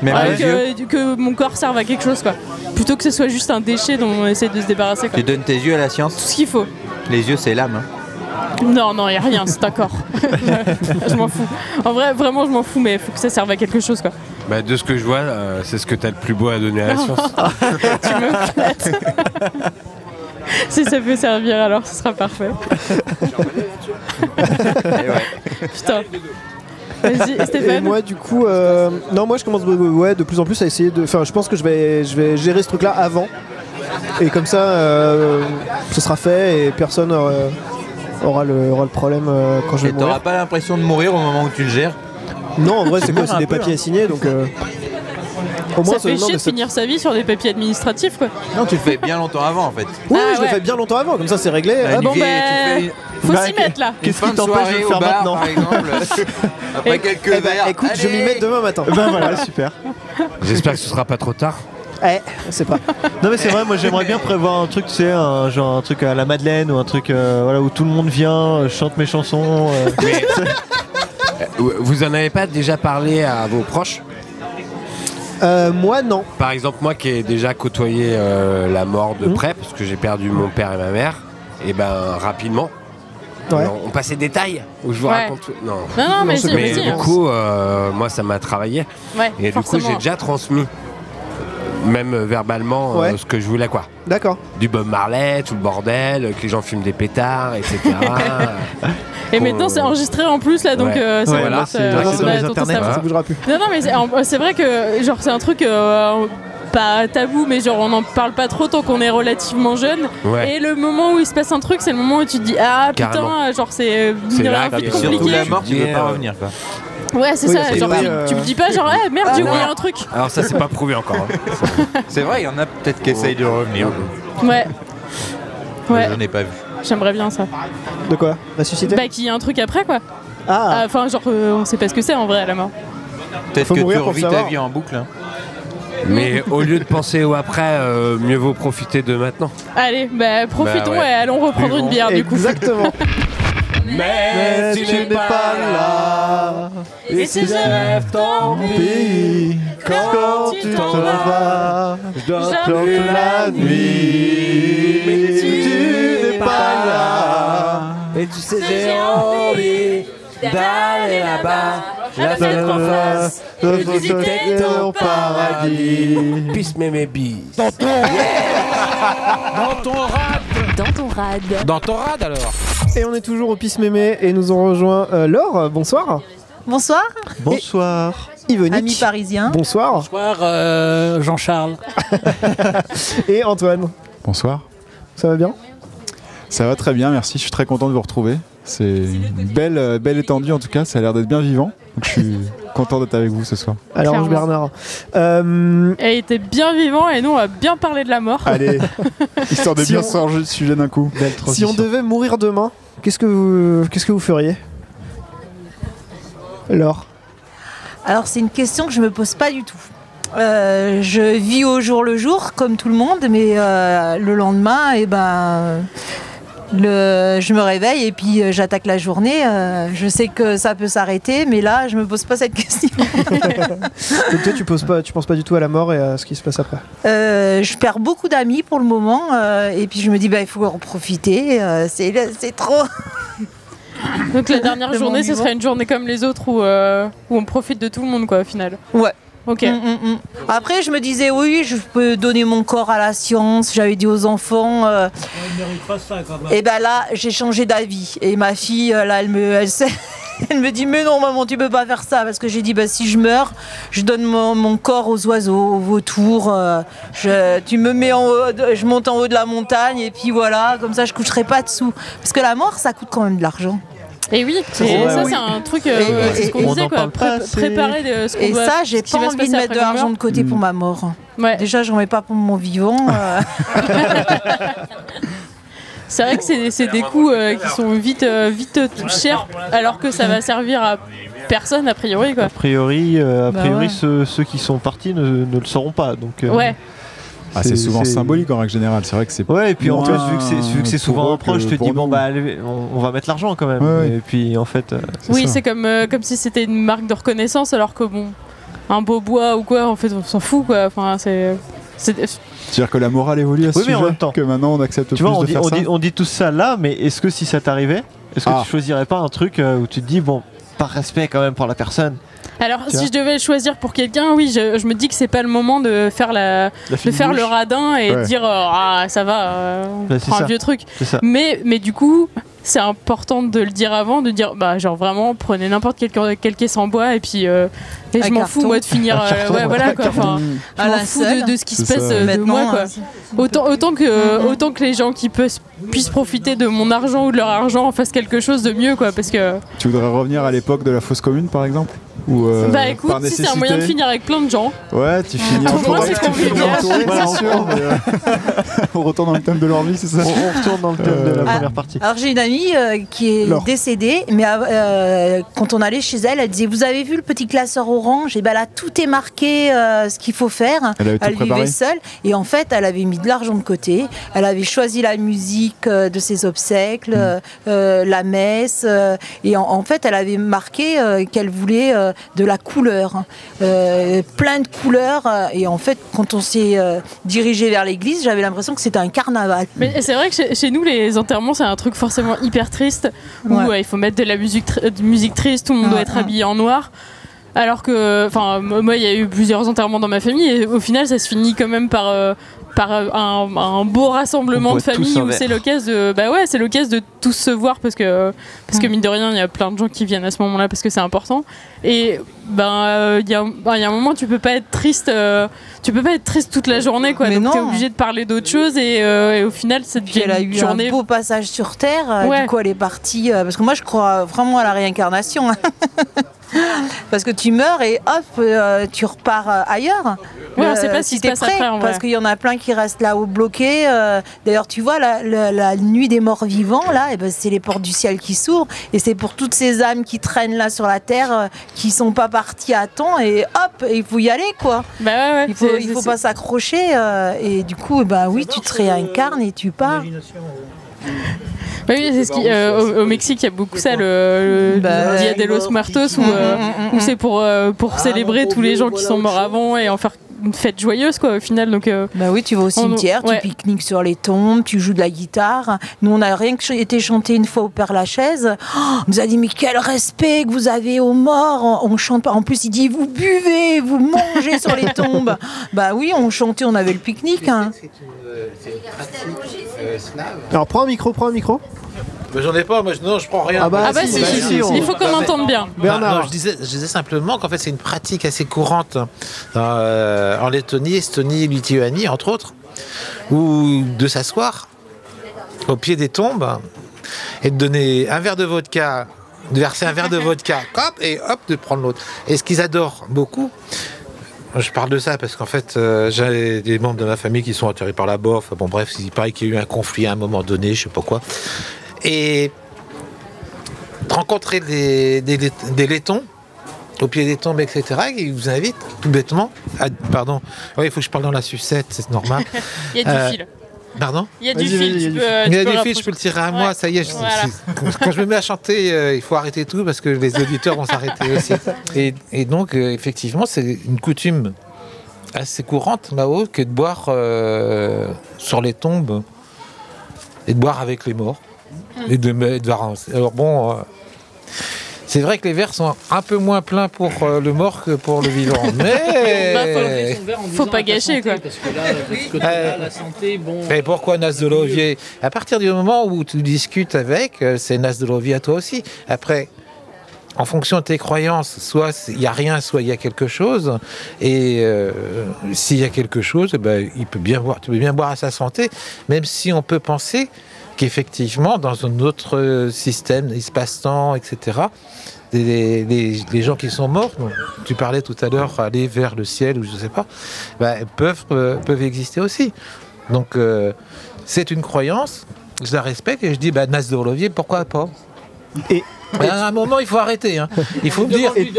Speaker 4: Mais
Speaker 5: Ouais,
Speaker 4: mes yeux-
Speaker 5: que, que mon corps serve à quelque chose quoi. Plutôt que ce soit juste un déchet dont on essaie de se débarrasser quoi.
Speaker 6: Tu donnes tes yeux à la
Speaker 5: Tout
Speaker 6: science.
Speaker 5: ce qu'il faut.
Speaker 6: Les yeux, c'est l'âme. hein.
Speaker 5: Non, non, y a rien, c'est un corps. je m'en fous. En vrai, vraiment, je m'en fous, mais faut que ça serve à quelque chose, quoi.
Speaker 2: Bah, de ce que je vois, euh, c'est ce que t'as de plus beau à donner à la science.
Speaker 5: Tu me flattes. si ça peut servir, alors ce sera parfait. Putain. Vas-y,
Speaker 1: Et
Speaker 5: Stéphane.
Speaker 1: moi, du coup, euh, non, moi je commence ouais, ouais, de plus en plus à essayer de. Enfin, je pense que je vais, je vais gérer ce truc-là avant. Et comme ça, euh, ce sera fait et personne euh, aura, le, aura le problème euh, quand je vais
Speaker 6: Et t'auras
Speaker 1: mourir.
Speaker 6: pas l'impression de mourir au moment où tu le gères.
Speaker 1: Non, en vrai, c'est quoi
Speaker 6: meurs
Speaker 1: C'est
Speaker 6: un
Speaker 1: des
Speaker 6: peu, hein.
Speaker 1: papiers à signer donc. euh, Au
Speaker 5: ça
Speaker 1: ça-
Speaker 5: fait
Speaker 1: non,
Speaker 5: chier
Speaker 1: mais
Speaker 5: de
Speaker 1: ça-
Speaker 5: finir sa vie sur des papiers administratifs, quoi.
Speaker 6: Non, tu le fais bien longtemps avant en fait.
Speaker 1: Oui,
Speaker 5: Ah
Speaker 1: oui, je le
Speaker 5: ouais.
Speaker 1: fais bien longtemps avant, comme ça c'est réglé.
Speaker 6: T'as
Speaker 1: Ah
Speaker 6: une
Speaker 1: bon,
Speaker 6: vie
Speaker 5: bah,
Speaker 6: et tu fais
Speaker 5: Faut
Speaker 4: Bah,
Speaker 5: s'y mettre, là.
Speaker 6: une
Speaker 4: Qu'est-ce
Speaker 6: fin
Speaker 4: qui
Speaker 6: de
Speaker 4: t'empêche de
Speaker 6: soirée
Speaker 4: le
Speaker 6: au
Speaker 4: faire
Speaker 6: bar,
Speaker 4: maintenant
Speaker 6: par exemple. Après quelques
Speaker 1: eh ben,
Speaker 6: verres.
Speaker 1: écoute, je m'y
Speaker 6: Allez.
Speaker 1: mets demain matin.
Speaker 4: Ben voilà, super.
Speaker 2: J'espère que ce sera pas trop tard.
Speaker 1: eh, c'est pas.
Speaker 4: Non mais c'est vrai, moi j'aimerais bien prévoir un truc, tu sais, un, genre un truc à la Madeleine ou un truc euh, voilà, où tout le monde vient, euh, chante mes chansons. euh.
Speaker 6: euh,
Speaker 2: Vous en avez pas déjà parlé à vos proches
Speaker 1: Euh, moi, non.
Speaker 2: Par exemple, moi qui ai déjà côtoyé euh, la mort
Speaker 1: Mmh.
Speaker 2: de près, parce que j'ai perdu mon père et ma mère, et ben rapidement.
Speaker 1: Ouais.
Speaker 2: On, on passe les détails ou je vous
Speaker 5: Ouais.
Speaker 2: raconte tout Non.
Speaker 5: Non, non, mais
Speaker 1: c'est
Speaker 5: si,
Speaker 1: comme
Speaker 2: Mais
Speaker 5: mais si.
Speaker 2: du
Speaker 5: hein.
Speaker 2: coup, euh, moi ça m'a travaillé.
Speaker 5: Ouais,
Speaker 2: Et du coup,
Speaker 5: forcément.
Speaker 2: j'ai déjà transmis, euh, même euh, verbalement, euh,
Speaker 1: Ouais.
Speaker 2: ce que je voulais quoi.
Speaker 1: D'accord.
Speaker 2: Du Bob Marley, tout le bordel, euh, que les gens fument des pétards, etc.
Speaker 5: Et maintenant, c'est enregistré en plus, là, donc
Speaker 2: Ouais.
Speaker 5: euh, ça
Speaker 4: Ouais,
Speaker 5: va
Speaker 4: là,
Speaker 5: être, euh,
Speaker 4: c'est-
Speaker 5: on
Speaker 4: c'est
Speaker 5: va
Speaker 4: dans les
Speaker 5: être
Speaker 4: internets,
Speaker 5: contestable.
Speaker 2: Ah.
Speaker 1: Ça bougera plus.
Speaker 5: Non, non, mais c'est- en- c'est vrai que genre c'est un truc euh, pas tabou, mais genre on n'en parle pas trop tant qu'on est relativement jeune.
Speaker 2: Ouais.
Speaker 5: Et le moment où il se passe un truc, c'est le moment où tu te dis ah putain,
Speaker 2: Carrément.
Speaker 5: euh, genre c'est
Speaker 2: C'est là
Speaker 5: un peu
Speaker 2: que-
Speaker 6: Et surtout
Speaker 5: compliqué.
Speaker 6: la mort, tu peux
Speaker 2: Yeah.
Speaker 6: pas revenir. quoi.
Speaker 5: Ouais, c'est
Speaker 1: Oui,
Speaker 5: ça.
Speaker 1: c'est
Speaker 5: Genre,
Speaker 1: vrai,
Speaker 5: tu,
Speaker 1: euh. Ah,
Speaker 5: tu me dis pas genre eh, merde, j'ai oublié
Speaker 2: ouais.
Speaker 5: un truc.
Speaker 2: Alors ça, c'est pas prouvé encore. hein.
Speaker 6: Ah, C'est vrai, il y en a peut-être qui essayent de revenir.
Speaker 5: Ouais. Ouais,
Speaker 2: Euh.
Speaker 6: J'en ai pas vu.
Speaker 5: j'aimerais bien ça.
Speaker 1: De quoi La suscité
Speaker 5: Bah qu'il y ait un truc après quoi.
Speaker 1: Ah,
Speaker 5: Enfin genre euh, on sait pas ce que c'est en vrai la mort.
Speaker 6: Peut-être
Speaker 1: Faut
Speaker 6: que tu
Speaker 1: mourir pour
Speaker 6: revis ta
Speaker 1: savoir.
Speaker 6: vie en boucle. hein.
Speaker 2: Mais au lieu de penser au après, euh, mieux vaut profiter de maintenant.
Speaker 5: Allez, bah profitons
Speaker 6: ouais.
Speaker 5: et allons reprendre une
Speaker 6: Buvons.
Speaker 5: bière du coup.
Speaker 1: exactement.
Speaker 2: Mais
Speaker 4: tu n'es pas là,
Speaker 5: Et si je rêve tant
Speaker 4: pays,
Speaker 5: quand tu t'en vas,
Speaker 4: je
Speaker 5: j'avoue la
Speaker 4: nuit,
Speaker 5: mais tu n'es pas
Speaker 4: là.
Speaker 2: Et tu sais,
Speaker 5: j'ai envie d'aller là-bas, la fenêtre en face, et de visiter ton
Speaker 4: paradis.
Speaker 2: pisse mes mes billes.
Speaker 3: Dans ton rad.
Speaker 1: Et on est toujours au Pisse Mémé et nous ont rejoint euh, Laure, bonsoir.
Speaker 7: Bonsoir,
Speaker 4: Bonsoir.
Speaker 7: amis
Speaker 1: Yvonique.
Speaker 7: parisiens.
Speaker 1: Bonsoir.
Speaker 8: Bonsoir euh, Jean-Charles.
Speaker 1: Et Antoine,
Speaker 9: Bonsoir.
Speaker 1: ça va bien
Speaker 9: Ça va très bien, merci. Je suis très content de vous retrouver. C'est une belle, euh, belle étendue en tout cas. Ça a l'air d'être bien vivant. Donc je suis content d'être avec vous ce soir.
Speaker 1: Alors Ange Bernard.
Speaker 5: Clairement.
Speaker 1: Ah. Euh,
Speaker 5: Elle était bien vivant et nous on va bien parler de la mort.
Speaker 9: Allez, histoire de
Speaker 1: Si
Speaker 9: bien
Speaker 1: on-
Speaker 9: sortir le sujet d'un coup.
Speaker 1: si on devait mourir demain, qu'est-ce que vous, qu'est-ce que vous feriez Laure.
Speaker 7: Alors c'est une question que je me pose pas du tout. Euh, je vis au jour le jour comme tout le monde, mais euh, le lendemain, eh ben, le, je me réveille et puis euh, j'attaque la journée. Euh, je sais que ça peut s'arrêter, mais là, je me pose pas cette question.
Speaker 1: Donc toi, tu poses pas, tu penses pas du tout à la mort et à ce qui se passe après.
Speaker 7: Euh, je perds beaucoup d'amis pour le moment, euh, et puis je me dis, bah, il faut en profiter. euh, c'est c'est trop.
Speaker 5: Donc la dernière
Speaker 7: De mon
Speaker 5: journée, ce
Speaker 7: vivant.
Speaker 5: serait une journée comme les autres où, euh, où on profite de tout le monde, quoi, au final.
Speaker 7: Ouais.
Speaker 5: Ok.
Speaker 7: Mm, mm, mm. Après, je me disais, oui, je peux donner mon corps à la science. J'avais dit aux enfants. euh, et ben là, j'ai changé d'avis. Et ma fille, euh, là, elle me, elle, se- elle me dit, mais non, maman, tu peux pas faire ça. Parce que j'ai dit, bah, si je meurs, je donne mon, mon corps aux oiseaux, aux vautours. euh, je, tu me mets en haut, de- je monte en haut de la montagne, et puis voilà, comme ça, je coucherai pas dessous. Parce que la mort, ça coûte quand même de l'argent.
Speaker 5: Et oui,
Speaker 7: Ça,
Speaker 5: et
Speaker 7: c'est
Speaker 5: ça
Speaker 7: vrai,
Speaker 5: c'est
Speaker 7: oui.
Speaker 5: un truc, euh,
Speaker 7: Et-
Speaker 5: c'est ce
Speaker 7: et-
Speaker 5: qu'on
Speaker 7: on
Speaker 5: disait,
Speaker 7: en
Speaker 5: quoi,
Speaker 7: parle pas
Speaker 5: pré-
Speaker 7: assez.
Speaker 5: préparer de ce qu'on
Speaker 7: Et
Speaker 5: doit-
Speaker 7: ça, j'ai
Speaker 5: ce qui
Speaker 7: pas
Speaker 5: va se
Speaker 7: envie de
Speaker 5: passer
Speaker 7: mettre de
Speaker 5: après qu'on meurt.
Speaker 7: l'argent de côté pour ma mort. Déjà, j'en mets pas pour mon vivant. euh.
Speaker 5: C'est vrai que c'est c'est des coûts euh, qui sont vite, euh, vite euh, chers, alors que ça va servir à personne a priori, quoi.
Speaker 4: A priori, euh, a
Speaker 5: Bah
Speaker 4: priori
Speaker 5: ouais.
Speaker 4: ceux, ceux qui sont partis ne, ne le sauront pas. Donc, euh,
Speaker 5: Ouais.
Speaker 9: Ah, c'est souvent symbolique en règle générale, c'est vrai que c'est.
Speaker 4: Ouais, et puis en
Speaker 9: moins
Speaker 4: plus, vu que c'est- vu que c'est
Speaker 9: pour
Speaker 4: souvent
Speaker 9: eux
Speaker 4: un proche, je te
Speaker 9: pour
Speaker 4: dis, bon,
Speaker 9: nous.
Speaker 4: bah, allez, on, on va mettre l'argent quand même.
Speaker 9: Ouais, ouais.
Speaker 4: Et puis en fait. euh,
Speaker 5: Oui, c'est comme, euh, comme si c'était une marque de reconnaissance, alors que bon, un beau bois ou quoi, en fait, on s'en fout, quoi. Enfin, c'est. c'est-
Speaker 9: C'est-à-dire que la morale évolue à ce
Speaker 4: Oui, mais en
Speaker 9: sujet,
Speaker 4: même temps.
Speaker 9: que maintenant on accepte
Speaker 4: Tu
Speaker 9: plus
Speaker 4: vois, on
Speaker 9: de
Speaker 4: dit,
Speaker 9: faire
Speaker 4: on,
Speaker 9: ça.
Speaker 4: dit, on dit tout ça là, mais est-ce que si ça t'arrivait, est-ce que
Speaker 9: Ah.
Speaker 4: tu choisirais pas un truc euh, où tu te dis, bon, par respect quand même pour la personne
Speaker 5: Alors,
Speaker 4: Tu
Speaker 5: si
Speaker 4: vois.
Speaker 5: je devais choisir pour quelqu'un, oui, je, je me dis que c'est pas le moment de faire, la,
Speaker 4: La
Speaker 5: de
Speaker 4: fine
Speaker 5: faire le
Speaker 4: bouche.
Speaker 5: radin et
Speaker 4: Ouais.
Speaker 5: dire euh, ah ça va, euh, on
Speaker 4: Bah, c'est
Speaker 5: prend un
Speaker 4: ça.
Speaker 5: vieux truc.
Speaker 4: C'est ça.
Speaker 5: Mais, mais du coup, c'est important de le dire avant, de dire bah genre vraiment prenez n'importe quel, quel caisse en bois et puis euh, et
Speaker 7: Un
Speaker 5: je m'en
Speaker 7: carton.
Speaker 5: fous moi de finir
Speaker 7: Un
Speaker 5: euh,
Speaker 7: carton,
Speaker 5: ouais,
Speaker 7: ouais.
Speaker 5: voilà quoi. Enfin, je
Speaker 7: À
Speaker 5: m'en
Speaker 7: la
Speaker 5: fous de-
Speaker 7: seule.
Speaker 5: de, ce qui se
Speaker 7: C'est
Speaker 5: passe
Speaker 7: ça.
Speaker 5: euh, de
Speaker 7: Maintenant, Mm-hmm.
Speaker 5: moi quoi.
Speaker 7: hein, c'est-
Speaker 5: Autant autant que euh, autant que les gens qui peuvent puissent profiter de mon argent ou de leur argent en fassent quelque chose de mieux quoi parce que
Speaker 9: Tu voudrais revenir à l'époque de la fausse commune, par exemple Ou, euh,
Speaker 5: bah
Speaker 9: par
Speaker 5: écoute si c'est un moyen de
Speaker 9: nécessité
Speaker 5: finir avec plein de gens
Speaker 9: Ouais, tu finis
Speaker 5: Pour
Speaker 9: en
Speaker 5: moi,
Speaker 9: tournée,
Speaker 5: c'est
Speaker 9: tu finis
Speaker 5: convivial.
Speaker 9: en tournée,
Speaker 5: Voilà,
Speaker 9: c'est
Speaker 5: on
Speaker 9: sûr, mais, euh, on retourne dans le thème de leur vie, c'est ça
Speaker 4: on, retourne dans le thème de la
Speaker 5: Ah.
Speaker 4: première partie.
Speaker 7: Alors j'ai une amie euh, qui est
Speaker 9: Laure.
Speaker 7: décédée, mais euh, quand on allait chez elle, elle disait vous avez vu le petit classeur orange Et ben là tout est marqué euh, ce qu'il faut faire.
Speaker 9: Elle avait tout préparé.
Speaker 7: vivait seule et en fait elle avait mis de l'argent de côté. Elle avait choisi la musique euh, de ses obsèques,
Speaker 9: Hmm.
Speaker 7: euh, euh, la messe euh, et en, en fait elle avait marqué euh, qu'elle voulait euh, de la couleur, hein. Euh, plein de couleurs. euh, et en fait quand on s'est euh, dirigé vers l'église, j'avais l'impression que c'était un carnaval.
Speaker 5: Mais c'est vrai que chez, chez nous, les enterrements, c'est un truc forcément hyper triste où
Speaker 7: Ouais.
Speaker 5: euh, il faut mettre de la musique, tr- de musique triste, tout le monde doit être habillé en noir. Alors que, enfin, m- moi, il y a eu plusieurs enterrements dans ma famille et au final, ça se finit quand même par, euh, par euh, un, un beau rassemblement
Speaker 10: On
Speaker 5: de
Speaker 10: boit tous
Speaker 5: famille
Speaker 10: un
Speaker 5: où
Speaker 10: verre.
Speaker 5: c'est l'occasion de, bah ouais, c'est l'occasion de tous se voir parce que, parce que mine de rien, il y a plein de gens qui viennent à ce moment-là parce que c'est important. Et ben, euh, il y, a- ben, il y a un moment, tu peux pas être triste, euh, tu peux pas être triste toute la journée, quoi. donc t'es obligé de parler d'autre chose et, euh, et au final, cette
Speaker 7: Puis elle a eu
Speaker 5: journée.
Speaker 7: un beau passage sur Terre. euh,
Speaker 5: Ouais.
Speaker 7: Du coup, elle est partie. euh, parce que moi, je crois vraiment à la réincarnation. hein. parce que tu meurs et hop, euh, tu repars euh, ailleurs.
Speaker 5: Ouais, on
Speaker 7: Euh,
Speaker 5: sait pas ce qui
Speaker 7: si
Speaker 5: se
Speaker 7: t'es
Speaker 5: passe
Speaker 7: prêt,
Speaker 5: après, en vrai.
Speaker 7: Parce qu'il y en a plein qui restent là-haut bloqués. euh, D'ailleurs, tu vois, la, la- la nuit des morts vivants, là, eh ben, c'est les portes du ciel qui s'ouvrent. Et c'est pour toutes ces âmes qui traînent là sur la Terre, euh, qui sont pas parties à temps. Et hop, il faut y aller, quoi. il faut,
Speaker 5: Bah c'est-
Speaker 7: il
Speaker 5: c'est-
Speaker 7: faut pas s'accrocher. euh, et du coup, eh ben, oui, tu te réincarnes et tu pars.
Speaker 5: Bah oui, c'est ce qui, euh, au, au Mexique, il y a beaucoup ça, le, le
Speaker 7: Bah,
Speaker 5: Dia de los Muertos, où, euh, où c'est pour, euh, pour célébrer tous les gens qui sont morts avant et en faire une fête joyeuse, quoi, au final. Donc, euh,
Speaker 7: Bah oui, tu vas au
Speaker 5: on-
Speaker 7: cimetière,
Speaker 5: ouais.
Speaker 7: tu pique-niques sur les tombes, tu joues de la guitare. Nous, on a rien que ch- été chanté une fois au Père Lachaise. Oh, on nous a dit, mais quel respect que vous avez aux morts. On chante pas. En plus, il dit, vous buvez, vous mangez sur les tombes. Bah oui, on chantait, on avait le pique-nique. hein.
Speaker 1: Alors prends un micro, prends un micro.
Speaker 11: Mais j'en ai pas, moi je, non, je prends rien.
Speaker 1: Ah bah Ah bah si, si, si, si, on- il faut qu'on
Speaker 11: Non, mais-
Speaker 1: entende bien.
Speaker 11: Non,
Speaker 1: Bernard.
Speaker 11: non, je, disais, je disais simplement qu'en fait c'est une pratique assez courante hein, dans, euh, en Lettonie, Estonie, Lituanie entre autres, où de s'asseoir au pied des tombes hein, et de donner un verre de vodka, de verser un verre de vodka, hop, et hop, de prendre l'autre. Et ce qu'ils adorent beaucoup, je parle de ça parce qu'en fait, euh, j'ai des membres de ma famille qui sont attirés par la bof. Bon, bref, il paraît qu'il y a eu un conflit à un moment donné, je sais pas quoi. Et de rencontrer des, des, lait- des laitons au pied des tombes, etc. Et il vous invite tout bêtement à. Pardon. Oui, il faut que je parle dans la sucette, c'est normal.
Speaker 5: Il y a du
Speaker 11: Euh,
Speaker 5: fil.
Speaker 11: Pardon
Speaker 5: Il y a du Vas-y, fil, vas-y, tu il y a du peux, fil. euh,
Speaker 11: Il y
Speaker 5: tu
Speaker 11: a
Speaker 5: peux
Speaker 11: du fil, je peux
Speaker 5: rapprocher.
Speaker 11: le tirer à moi,
Speaker 5: Ouais.
Speaker 11: ça y est. je-
Speaker 5: Voilà.
Speaker 11: je- quand je me mets à chanter, euh, il faut arrêter tout parce que les auditeurs vont s'arrêter aussi. Et, et donc, euh, effectivement, c'est une coutume assez courante, Mao, que de boire euh, sur les tombes et de boire avec les morts. Et de, me- de boire en- Alors bon, euh, c'est vrai que les verres sont un peu moins pleins pour euh, le mort que pour le vivant.
Speaker 8: Et on va
Speaker 11: Mais...
Speaker 8: favoriser son verre en
Speaker 5: Euh, Faut
Speaker 8: disant
Speaker 5: pas
Speaker 8: à ta
Speaker 5: gâcher,
Speaker 8: santé,
Speaker 5: quoi.
Speaker 8: Parce que là, parce que
Speaker 11: Euh,
Speaker 8: là, la santé, bon.
Speaker 11: Mais pourquoi Nas de l'Ovier À partir du moment où tu discutes avec, euh, c'est Nas de l'Ovier à toi aussi. Après, en fonction de tes croyances, soit il n'y a rien, soit il y a quelque chose. Et euh, s'il y a quelque chose, eh ben, il peut bien boire, tu peux bien boire à sa santé, même si on peut penser qu'effectivement, dans un autre euh, système, espace-temps, etc., les, les- les gens qui sont morts, dont tu parlais tout à l'heure, aller vers le ciel ou je ne sais pas, ben, peuvent, euh, peuvent exister aussi. Donc, euh, c'est une croyance, je la respecte et je dis, bah, Nas de Rolovier, pourquoi pas
Speaker 1: et,
Speaker 11: à un moment, il faut arrêter. hein. Il faut me dire.
Speaker 1: Et,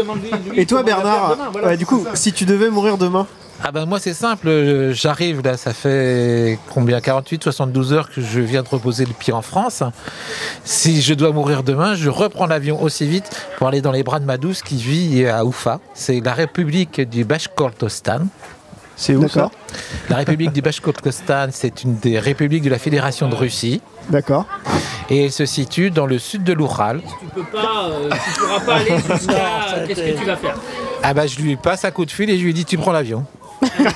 Speaker 1: et toi Bernard, ouais, du coup, si tu devais mourir demain,
Speaker 11: Ah ben moi c'est simple, euh, j'arrive là, ça fait combien 48, 72 heures que je viens de reposer le pied en France. Si je dois mourir demain, je reprends l'avion aussi vite pour aller dans les bras de ma douce qui vit à Oufa. C'est la République du Bashkortostan.
Speaker 1: C'est où ça
Speaker 11: La République du Bashkortostan, c'est une des républiques de la Fédération de Russie
Speaker 1: d'accord
Speaker 11: et elle se situe dans le sud de l'Oural.
Speaker 8: Tu peux pas, euh, tu pourras pas aller jusqu'à. Qu'est-ce que tu vas faire
Speaker 11: Ah bah je lui passe un coup de fil et je lui dis tu prends l'avion.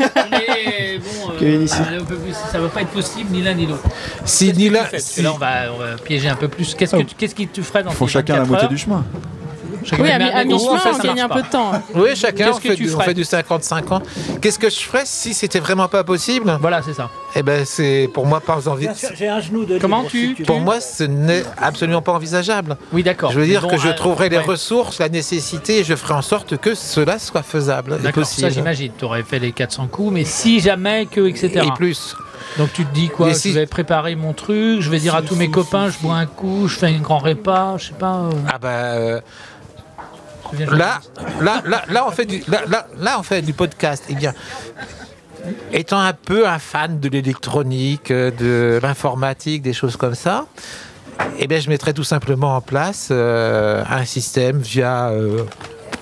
Speaker 8: Mais bon, euh,
Speaker 11: Kevin ici.
Speaker 8: allez, on peut plus- ça va pas être possible ni l'un ni l'autre.
Speaker 11: Si ni là,
Speaker 8: Parce que là, on va, on va piéger un peu plus. Qu'est-ce que tu, qu'est-ce que tu ferais dans
Speaker 9: Faut
Speaker 8: tes
Speaker 9: chacun la
Speaker 8: 24
Speaker 9: moitié
Speaker 8: heures
Speaker 9: du chemin.
Speaker 8: Chacun-
Speaker 5: Oui, à
Speaker 8: mais
Speaker 5: mi- à
Speaker 8: mais gros,
Speaker 5: mi-chemin,
Speaker 8: en fait,
Speaker 5: on
Speaker 8: ça
Speaker 5: gagne
Speaker 8: marche
Speaker 5: un peu
Speaker 8: pas.
Speaker 5: de temps.
Speaker 11: Oui, chacun,
Speaker 8: Qu'est-ce
Speaker 11: on,
Speaker 8: que
Speaker 11: fait
Speaker 8: tu
Speaker 11: du, on
Speaker 8: ferais
Speaker 11: fait du 50-50. Qu'est-ce que je ferais si c'était vraiment pas possible
Speaker 8: Voilà, c'est ça.
Speaker 11: Eh ben, c'est pour moi pas envie.
Speaker 10: Bien sûr, j'ai un genou de
Speaker 8: Comment
Speaker 10: libre,
Speaker 8: tu-
Speaker 10: si veux.
Speaker 11: Pour moi, ce n'est absolument pas envisageable.
Speaker 8: Oui, d'accord.
Speaker 11: Je veux dire
Speaker 8: Mais
Speaker 11: que
Speaker 8: bon,
Speaker 11: je
Speaker 8: euh,
Speaker 11: trouverai les
Speaker 8: ouais.
Speaker 11: ressources, la nécessité, et je ferai en sorte que cela soit faisable et
Speaker 8: D'accord, ça
Speaker 11: possible.
Speaker 8: j'imagine. Tu aurais fait les 400 coups, mais si jamais que, etc.
Speaker 11: Et plus.
Speaker 8: Donc tu te dis quoi
Speaker 11: Et
Speaker 8: Je
Speaker 11: si-
Speaker 8: vais préparer mon truc, je vais dire à tous mes copains, je bois un coup, je fais un grand repas, je sais pas. euh,
Speaker 11: Ah ben, euh,
Speaker 8: je viens-
Speaker 11: là, là, là, là, on fait du, là, là, là, on fait du podcast. Eh bien, étant un peu un fan de l'électronique, euh, de l'informatique, des choses comme ça, eh bien, je mettrais tout simplement en place euh, un système via euh,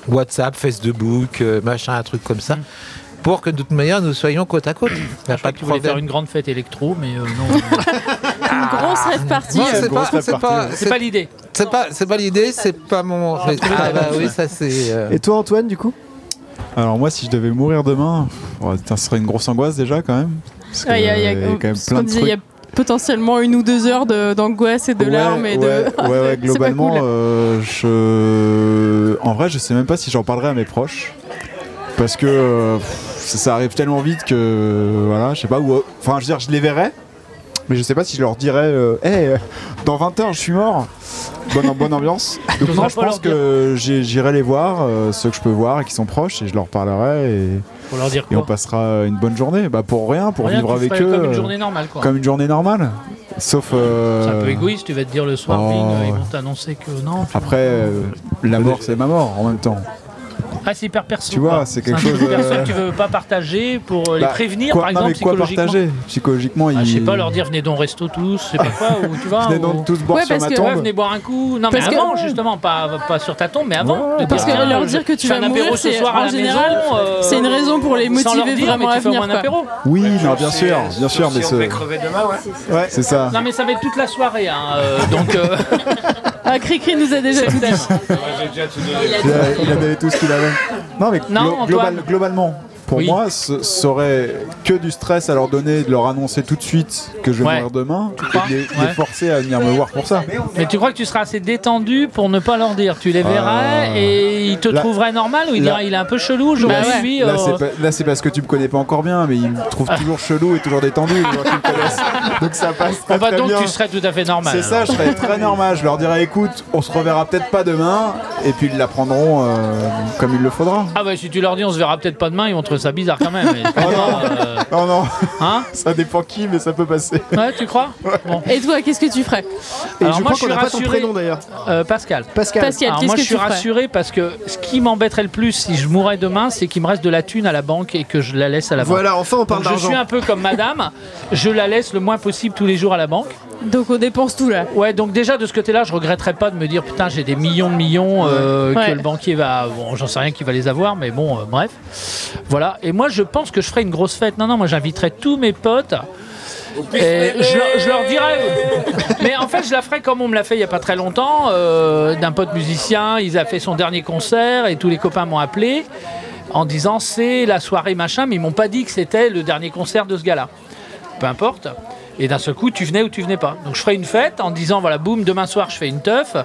Speaker 11: WhatsApp, Facebook, euh, machin, un truc comme ça, pour que de toute manière, nous soyons côte à côte. Il n'y a pas de
Speaker 8: Tu voulais faire
Speaker 11: problème. Ah.
Speaker 8: une grande fête électro, mais euh, non.
Speaker 5: Une grosse rêve partie.
Speaker 11: Non, c'est pas, c'est pas,
Speaker 8: C'est pas l'idée.
Speaker 11: C'est pas, c'est pas l'idée, c'est pas mon.
Speaker 8: Ah, c'est
Speaker 11: Ah bah
Speaker 8: dommage.
Speaker 11: oui, ça c'est. euh,
Speaker 1: Et toi Antoine, du coup
Speaker 9: Alors moi, si je devais mourir demain, pff, ouais, putain, ce serait une grosse angoisse déjà quand même. Parce que,
Speaker 5: Ouais, il y a- il y a-
Speaker 9: euh, il y a quand même
Speaker 5: ce qu'on
Speaker 9: plein de
Speaker 5: disait, il y a
Speaker 9: trucs.
Speaker 5: potentiellement une ou deux heures de- d'angoisse et de
Speaker 9: Ouais,
Speaker 5: larmes et de.
Speaker 9: ouais, ouais, ouais,
Speaker 5: C'est pas
Speaker 9: globalement,
Speaker 5: cool.
Speaker 9: euh, je... en vrai, je sais même pas si j'en parlerai à mes proches. Parce que euh, pff, ça, ça arrive tellement vite que. euh, Voilà, je sais pas. ou, euh, Enfin, je veux dire, je les verrai. Mais je sais pas si je leur dirais. euh, Hey, euh, dans 20 heures, je suis mort. Bonne, bonne ambiance. Donc,
Speaker 8: T'oseras
Speaker 9: non, je
Speaker 8: pas
Speaker 9: pense
Speaker 8: leur
Speaker 9: que j'ai- j'irai les voir, euh, ceux que je peux voir et qui sont proches, et je leur parlerai. Et,
Speaker 8: Pour leur dire
Speaker 9: et on
Speaker 8: quoi
Speaker 9: passera une bonne journée. Bah, pour rien, pour
Speaker 8: Rien,
Speaker 9: vivre
Speaker 8: tu
Speaker 9: avec
Speaker 8: ferais
Speaker 9: eux.
Speaker 8: Comme une
Speaker 9: euh,
Speaker 8: journée normale, quoi.
Speaker 9: comme une journée normale. Sauf.
Speaker 8: C'est
Speaker 9: euh,
Speaker 8: un peu égoïste, tu vas te dire le soir,
Speaker 9: Oh,
Speaker 8: Ving, euh, ils
Speaker 9: ouais.
Speaker 8: vont t'annoncer que non. tu-
Speaker 9: Après, euh, la mort, c'est ma mort en même temps.
Speaker 8: Ah, c'est hyper perso.
Speaker 9: Tu vois,
Speaker 8: quoi.
Speaker 9: c'est quelque
Speaker 8: un truc
Speaker 9: chose, euh,
Speaker 8: perso que tu veux pas partager pour euh, les
Speaker 9: Bah,
Speaker 8: prévenir,
Speaker 9: quoi-
Speaker 8: par
Speaker 9: non,
Speaker 8: exemple,
Speaker 9: mais quoi
Speaker 8: psychologiquement.
Speaker 9: partager Psychologiquement,
Speaker 8: Ah,
Speaker 9: il.
Speaker 8: je sais pas, leur dire venez donc resto tous, je sais pas quoi, ou tu vois.
Speaker 9: Venez donc
Speaker 8: ou-
Speaker 9: tous boire
Speaker 5: Ouais,
Speaker 9: sur
Speaker 5: parce
Speaker 9: ma
Speaker 5: que-
Speaker 9: tombe.
Speaker 8: Ouais, venez boire un coup. Non, mais
Speaker 5: Parce que-
Speaker 8: avant, justement, pas, pas sur ta tombe, mais avant. de
Speaker 5: Parce que
Speaker 8: dire, tiens,
Speaker 5: leur
Speaker 8: je-
Speaker 5: dire que tu
Speaker 8: je fais
Speaker 5: vas
Speaker 8: un apéro
Speaker 5: mourir,
Speaker 8: ce
Speaker 5: c'est
Speaker 8: soir à
Speaker 5: en
Speaker 8: la
Speaker 5: général,
Speaker 8: maison, euh,
Speaker 5: c'est une raison pour les
Speaker 8: sans leur
Speaker 5: motiver
Speaker 8: dire,
Speaker 5: vraiment
Speaker 8: mais
Speaker 5: à
Speaker 8: tu fais au
Speaker 5: venir.
Speaker 8: moins un
Speaker 5: quoi.
Speaker 8: apéro.
Speaker 9: Oui, non, bien sûr, bien sûr, mais c'est.
Speaker 2: demain, ouais.
Speaker 9: Ouais, c'est ça.
Speaker 8: Non, mais ça va être toute la soirée, hein, euh, donc. euh,
Speaker 5: Ah, Cricri nous a déjà tout dit.
Speaker 9: Il a, il a donné tout ce qu'il avait. Non, mais
Speaker 8: Non,
Speaker 9: glo-
Speaker 8: Antoine.
Speaker 9: global- globalement, pour
Speaker 8: Oui.
Speaker 9: moi, ce serait que du stress à leur donner, de leur annoncer tout de suite que je vais
Speaker 8: Ouais.
Speaker 9: mourir demain,
Speaker 8: crois
Speaker 9: et de les, les
Speaker 8: Ouais.
Speaker 9: forcer à venir me voir pour ça.
Speaker 8: Mais tu crois que tu seras assez détendu pour ne pas leur dire Tu les verras
Speaker 9: Ah.
Speaker 8: et ils te
Speaker 9: Là-
Speaker 8: trouveraient normal ou ils
Speaker 9: là-
Speaker 8: diraient, il est un peu chelou
Speaker 9: Là,
Speaker 8: aujourd'hui
Speaker 9: c'est-
Speaker 8: lui,
Speaker 9: là,
Speaker 8: euh,
Speaker 9: c'est pas- là, c'est parce que tu me connais pas encore bien, mais ils me trouvent toujours chelou et toujours détendu. les gens qui me connaissent. donc ça passe pas
Speaker 8: Ah bah
Speaker 9: très
Speaker 8: donc
Speaker 9: bien.
Speaker 8: tu serais tout à fait normal.
Speaker 9: C'est ça,
Speaker 8: alors.
Speaker 9: je serais très normal. Je leur dirais écoute, on se reverra peut-être pas demain, et puis ils la prendront euh, comme il le faudra.
Speaker 8: Ah bah si tu leur dis on se verra peut-être pas demain, ils vont trouver ça bizarre quand même. mais c'est pas
Speaker 9: Oh non.
Speaker 8: grave, euh,
Speaker 9: Non, non.
Speaker 8: Hein
Speaker 9: Ça dépend qui, mais ça peut passer.
Speaker 8: Ouais, tu crois Bon.
Speaker 5: Et toi, qu'est-ce que tu ferais
Speaker 8: Et Alors je moi, crois je qu'on suis n'a pas ton rassuré. prénom,
Speaker 1: d'ailleurs.
Speaker 8: Euh, Pascal.
Speaker 1: Pascal.
Speaker 8: Alors
Speaker 5: qu'est-ce
Speaker 8: moi,
Speaker 5: que
Speaker 8: je suis
Speaker 5: tu ferais
Speaker 8: rassuré parce que ce qui m'embêterait le plus si je mourais demain, c'est qu'il me reste de la thune à la banque et que je la laisse à la banque.
Speaker 1: Voilà, enfin, on parle
Speaker 8: Donc, Je
Speaker 1: d'argent.
Speaker 8: suis un peu comme madame, je la laisse le moins possible tous les jours à la banque.
Speaker 5: Donc on dépense tout là.
Speaker 8: Ouais, donc déjà de ce côté-là, je regretterais pas de me dire putain, j'ai des millions de millions euh,
Speaker 5: Ouais.
Speaker 8: que le banquier va. Bon, j'en sais rien qui va les avoir, mais bon, euh, bref. Voilà. Et moi, je pense que je ferais une grosse fête. Non, non, moi, j'inviterais tous mes potes. Et Eh, je, leur- je leur dirais. Mais en fait, je la ferais comme on me l'a fait il y a pas très longtemps. euh, D'un pote musicien, il a fait son dernier concert et tous les copains m'ont appelé en disant c'est la soirée machin, mais ils m'ont pas dit que c'était le dernier concert de ce gars-là. Peu importe. Et d'un seul coup, tu venais ou tu venais pas. Donc je ferai une fête en disant voilà, boum, demain soir, je fais une teuf.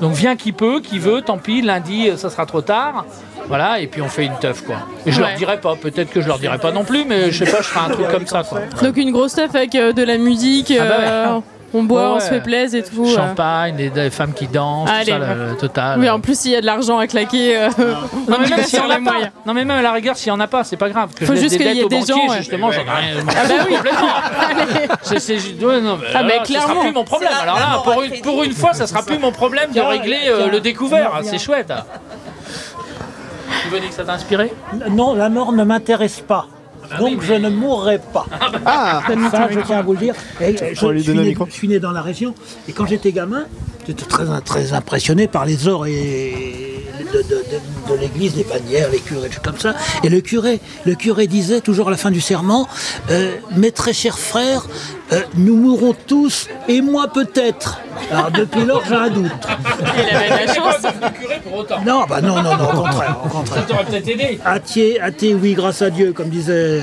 Speaker 8: Donc viens qui peut, qui veut, tant pis, lundi, euh, ça sera trop tard. Voilà, et puis on fait une teuf, quoi. Et je leur
Speaker 5: Ouais.
Speaker 8: dirai pas, peut-être que je leur dirai pas non plus, mais je sais pas, je ferai un truc comme ça, quoi.
Speaker 5: Donc une grosse teuf avec euh, de la musique,
Speaker 8: Ah bah ouais.
Speaker 5: euh, on boit,
Speaker 8: Ouais,
Speaker 5: on se fait
Speaker 8: ouais.
Speaker 5: plaisir et tout. euh.
Speaker 8: Champagne, les, les femmes qui dansent, tout
Speaker 5: Allez.
Speaker 8: ça, le, le total.
Speaker 5: Mais en plus, s'il y a de l'argent à claquer, euh,
Speaker 8: Non
Speaker 5: on
Speaker 8: mais,
Speaker 5: y va
Speaker 8: même s'il y
Speaker 5: sur
Speaker 8: en a
Speaker 5: les
Speaker 8: pas.
Speaker 5: moyens.
Speaker 8: non mais même à la rigueur s'il y en a pas c'est pas grave que
Speaker 5: Faut
Speaker 8: je laisse
Speaker 5: juste
Speaker 8: des
Speaker 5: qu'il y
Speaker 8: dettes
Speaker 5: ait
Speaker 8: aux
Speaker 5: des
Speaker 8: banquiers
Speaker 5: gens, ouais.
Speaker 8: justement j'en ai rien
Speaker 5: Ah bah oui.
Speaker 8: complètement c'est, c'est juste- ouais, non, mais
Speaker 5: Ah, mais
Speaker 8: là, ça sera
Speaker 5: clairement.
Speaker 8: plus mon problème
Speaker 5: C'est la-
Speaker 8: alors
Speaker 5: la
Speaker 8: là
Speaker 5: morale
Speaker 8: pour une, pour une fois ça sera plus mon problème de
Speaker 5: Tiens,
Speaker 8: régler
Speaker 5: tiens,
Speaker 8: euh, le découvert
Speaker 10: tiens.
Speaker 8: c'est chouette hein. tu veux dire que ça t'a inspiré Ah bah
Speaker 10: Non, la mort ne m'intéresse pas. Donc je ne mourrai pas.
Speaker 1: Ah,
Speaker 10: ça, je tiens à vous le dire. Et je,
Speaker 1: On va lui
Speaker 10: suis
Speaker 1: donner le
Speaker 10: né,
Speaker 1: micro.
Speaker 10: je suis né dans la région et quand j'étais gamin, j'étais très, très impressionné par les ors et de, de- de- de l'église, les bannières, les curés, des choses comme ça. Et le curé, le curé disait toujours à la fin du serment euh, Mes très chers frères, euh, nous mourrons tous et moi peut-être. Alors depuis lors, j'ai un doute.
Speaker 8: il avait de la chance curé pour autant
Speaker 10: Non, bah non, non, non, au contraire, au contraire.
Speaker 8: ça t'aurait peut-être aidé
Speaker 10: Athée, athée, oui, grâce à Dieu, comme disait. euh,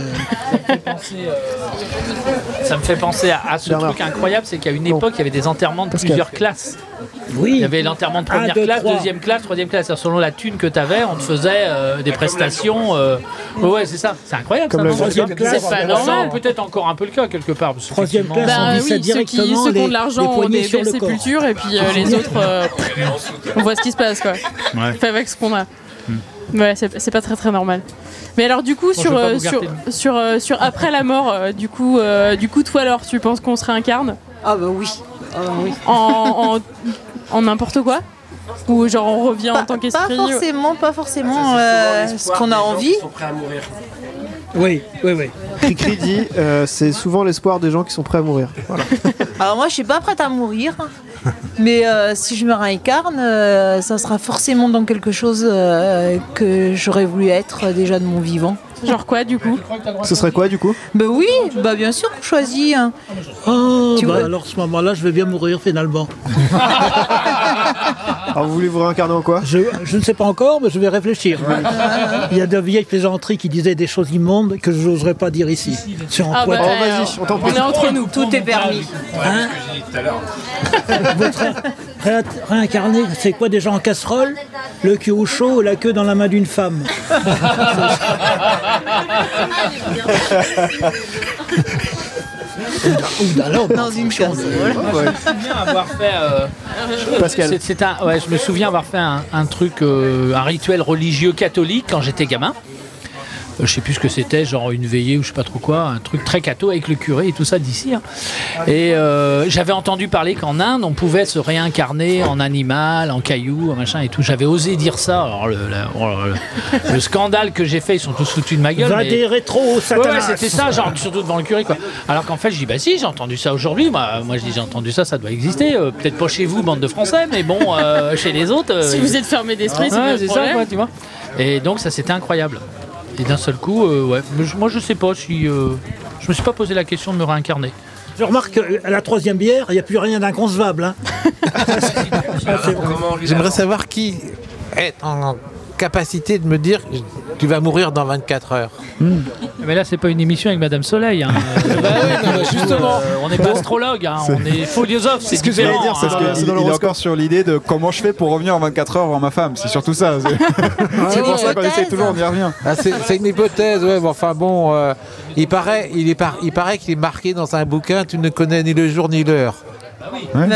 Speaker 8: Ça me fait penser à, à ce truc incroyable, c'est qu'à une époque, il y avait des enterrements de plusieurs classes.
Speaker 10: Oui.
Speaker 8: Il y avait l'enterrement de
Speaker 10: Un,
Speaker 8: première
Speaker 10: deux,
Speaker 8: classe,
Speaker 10: trois.
Speaker 8: deuxième classe, troisième classe. Alors, selon la thune que tu avais, on te faisait euh, des prestations. euh, ouais, ouais, c'est ça. C'est incroyable.
Speaker 10: Comme
Speaker 8: ça,
Speaker 10: la
Speaker 8: non
Speaker 10: troisième
Speaker 8: C'est
Speaker 10: classe,
Speaker 8: pas
Speaker 10: on
Speaker 8: normal.
Speaker 10: verra.
Speaker 8: Peut-être encore un peu le cas quelque part. parce que
Speaker 10: Troisième
Speaker 8: effectivement-
Speaker 10: classe, on dit ça
Speaker 5: Ceux qui,
Speaker 10: directement.
Speaker 5: ceux qui ont de
Speaker 10: les-
Speaker 5: l'argent
Speaker 10: les
Speaker 5: ont
Speaker 10: poignées
Speaker 5: des
Speaker 10: sur
Speaker 5: belles
Speaker 10: le corps.
Speaker 5: sépultures et puis euh, les autres, euh, on voit ce qui se passe quoi. On fait avec ce qu'on a. Ouais, c'est c'est pas très très normal. Mais alors du coup
Speaker 8: Hmm. Bon, je
Speaker 5: sur,
Speaker 8: vais pas
Speaker 5: euh,
Speaker 8: vous
Speaker 5: sur,
Speaker 8: garder
Speaker 5: sur, euh, sur après la mort, euh, du coup euh, du coup toi alors tu penses qu'on se réincarne
Speaker 7: Ah bah oui.
Speaker 5: En en- en n'importe quoi Ou genre on revient en tant
Speaker 7: Pas
Speaker 5: qu'esprit ou-
Speaker 7: forcément, pas
Speaker 8: Ah,
Speaker 7: forcément euh, ce qu'on a envie.
Speaker 10: Oui, oui, oui.
Speaker 1: Cricri dit euh, c'est souvent l'espoir des gens qui sont prêts à mourir. Voilà.
Speaker 7: Alors moi, je suis pas prête à mourir, mais euh, si je me réincarne, euh, ça sera forcément dans quelque chose euh, que j'aurais voulu être euh, déjà de mon vivant.
Speaker 5: Genre quoi du coup
Speaker 1: Ce serait quoi du coup
Speaker 7: Bah oui, bah bien sûr qu'on choisit. hein.
Speaker 5: Ah,
Speaker 10: Oh,
Speaker 7: Tu
Speaker 10: bah
Speaker 7: vois-
Speaker 10: alors ce moment-là, je vais bien mourir finalement.
Speaker 1: Alors vous voulez vous réincarner en quoi
Speaker 10: je, je ne sais pas encore, mais je vais réfléchir. Il y a de vieilles plaisanteries qui disaient des choses immondes que je n'oserais pas dire ici. Sur un
Speaker 5: Ah
Speaker 10: poids-
Speaker 5: bah,
Speaker 1: Oh, vas-y, on t'en prie.
Speaker 5: est entre nous.
Speaker 7: Tout est permis.
Speaker 10: Hein Votre ré- réincarné, c'est quoi déjà en casserole Le cul au chaud, la queue dans la main d'une femme. Ou d'un homme.
Speaker 7: Dans une casserole.
Speaker 8: Je me souviens avoir fait. euh,
Speaker 1: Pascal.
Speaker 8: c'est- c'est un- ouais, je me souviens avoir fait un, un truc, euh, un rituel religieux catholique quand j'étais gamin. Euh, Je sais plus ce que c'était, genre une veillée ou je sais pas trop quoi, un truc très catho avec le curé et tout ça d'ici. hein. Et euh, j'avais entendu parler qu'en Inde, on pouvait se réincarner en animal, en caillou, en machin et tout. J'avais osé dire ça. Alors le, la- oh là là, le scandale que j'ai fait, ils sont tous foutus de ma gueule.
Speaker 10: Va
Speaker 8: mais-
Speaker 10: des rétros,
Speaker 8: Ouais,
Speaker 10: Satanas.
Speaker 8: ouais, c'était ça, genre surtout devant le curé quoi. Alors qu'en fait, je dis bah si, j'ai entendu ça aujourd'hui. Moi, moi, je dis j'ai entendu ça, ça doit exister. Euh, Peut-être pas chez vous, bande de Français, mais bon, euh, chez les autres. euh,
Speaker 5: Si vous êtes fermé d'esprit, c'est
Speaker 8: Ouais,
Speaker 5: bien le
Speaker 8: Ah, c'est ça,
Speaker 5: problème.
Speaker 8: quoi, tu vois. Et donc ça, c'était incroyable. Et d'un seul coup, euh, ouais. Mais je- Moi, je sais pas si euh, je me suis pas posé la question de me réincarner.
Speaker 10: Je remarque qu'à la troisième bière, il n'y a plus rien d'inconcevable. hein.
Speaker 11: J'aimerais savoir qui est en capacité de me dire tu vas mourir dans 24 heures.
Speaker 8: Hmm. Mais là, c'est pas une émission avec Madame Soleil. hein. Euh,
Speaker 11: justement.
Speaker 8: euh, on n'est pas astrologue, hein, on est philosophe.
Speaker 9: C'est ce que j'allais dire, c'est
Speaker 8: hein.
Speaker 9: parce
Speaker 8: Euh,
Speaker 9: qu'il il est encore sur l'idée de comment je fais pour revenir en 24 heures voir ma femme. C'est surtout ça. C'est c'est pour ça qu'on essaie toujours, on y revient.
Speaker 11: Ah, c'est c'est une hypothèse, ouais. mais Enfin bon, euh, il paraît, il est par- il paraît qu'il est marqué dans un bouquin. Tu ne connais ni le jour ni l'heure.
Speaker 7: Bah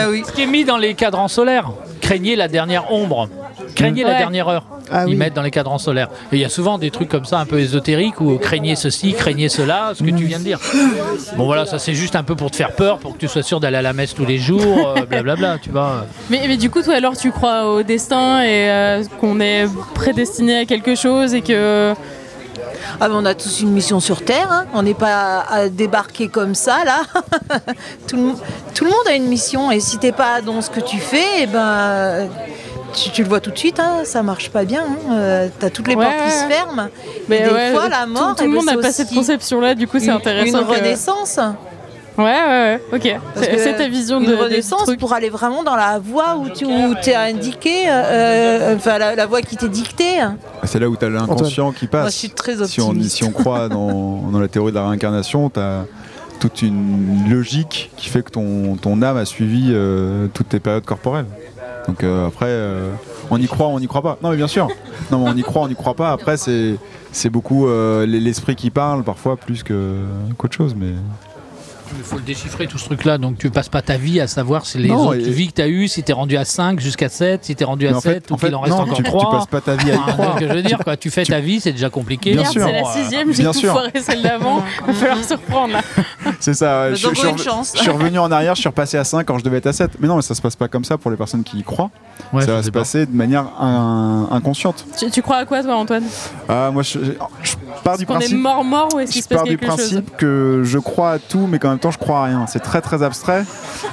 Speaker 7: oui.
Speaker 8: Ce qui est mis dans les cadrans solaires, craignez la dernière ombre. craignez la
Speaker 5: Ouais.
Speaker 8: dernière heure.
Speaker 9: Ah
Speaker 8: ils mettent dans les cadrans solaires. Et il y a souvent des trucs comme ça, un peu ésotériques, où craignez ceci, craignez cela, ce que tu viens de dire. Bon voilà, ça c'est juste un peu pour te faire peur, pour que tu sois sûr d'aller à la messe tous les jours, euh, blablabla, tu vois.
Speaker 5: Mais, mais du coup, toi alors, tu crois au destin et euh, qu'on est prédestiné à quelque chose et que.
Speaker 7: Ah, mais on a tous une mission sur Terre, hein. on n'est pas à débarquer comme ça, là. tout, le, mo- tout le monde a une mission, et si t'es pas dans ce que tu fais, eh ben, tu, tu le vois tout de suite, hein, ça marche pas bien. hein. Euh, T'as toutes les
Speaker 5: Ouais,
Speaker 7: portes qui
Speaker 5: ouais.
Speaker 7: se ferment.
Speaker 5: Mais
Speaker 7: Et des
Speaker 5: ouais,
Speaker 7: fois, la
Speaker 5: tout-
Speaker 7: mort, eh
Speaker 5: Tout, le
Speaker 7: ben,
Speaker 5: monde n'a
Speaker 7: c'est
Speaker 5: pas cette
Speaker 7: aussi
Speaker 5: conception-là, du coup, c'est
Speaker 7: une-
Speaker 5: intéressant.
Speaker 7: Une
Speaker 5: que-
Speaker 7: renaissance.
Speaker 5: Ouais, ouais, ouais, ok.
Speaker 7: Parce que
Speaker 5: C'est c'est ta vision
Speaker 7: une
Speaker 5: de. des
Speaker 7: renaissance
Speaker 5: trucs.
Speaker 7: pour aller vraiment dans la voie où tu où t'es indiqué, euh, enfin la, la voie qui t'est dictée.
Speaker 9: Ah, C'est là où tu as l'inconscient qui passe.
Speaker 7: Moi, je suis très
Speaker 9: Si on,
Speaker 7: optimiste.
Speaker 9: si on croit dans, dans la théorie de la réincarnation, tu as toute une logique qui fait que ton, ton âme a suivi euh, toutes tes périodes corporelles. Donc euh, après, euh, on y croit, on n'y croit pas. Non mais bien sûr. Non mais on y croit, on n'y croit pas. Après, c'est c'est beaucoup euh, l'esprit qui parle parfois plus que qu'autre chose. Mais
Speaker 8: Il faut le déchiffrer tout ce truc-là, donc tu passes pas ta vie à savoir si les
Speaker 9: Non,
Speaker 8: autres
Speaker 9: et-
Speaker 8: vies que tu as eues, si tu es rendu à 5 jusqu'à 7, si tu es rendu à
Speaker 9: Mais en
Speaker 8: 7
Speaker 9: fait-
Speaker 8: ou
Speaker 9: en fait,
Speaker 8: qu'il en reste
Speaker 9: non,
Speaker 8: encore
Speaker 9: tu- tu
Speaker 8: 3.
Speaker 9: passes pas ta vie à y croire.
Speaker 8: je veux dire, quoi, tu fais ta vie, c'est déjà compliqué.
Speaker 9: Bien Merde, sûr.
Speaker 5: C'est la sixième, j'ai
Speaker 9: Bien
Speaker 5: tout
Speaker 9: sûr.
Speaker 5: foiré celle d'avant. Il va falloir se reprendre là.
Speaker 9: C'est ça, ouais.
Speaker 5: Nous
Speaker 9: je,
Speaker 5: avons
Speaker 9: je suis
Speaker 5: une
Speaker 9: rev-
Speaker 5: chance.
Speaker 9: je suis revenu en arrière, je suis repassé à 5 quand je devais être à 7. Mais non, mais ça se passe pas comme ça pour les personnes qui y croient. ça va se passer de manière in- inconsciente.
Speaker 5: Tu, tu crois à quoi, toi, Antoine
Speaker 9: Ah, moi, je, je pars du
Speaker 5: Qu'on est
Speaker 9: principe.
Speaker 5: mort-mort ou est-ce qu'il
Speaker 9: Je
Speaker 5: se passe
Speaker 9: pars du
Speaker 5: quelque chose
Speaker 9: principe que je crois à tout, mais qu'en même temps je crois à rien. C'est très très abstrait.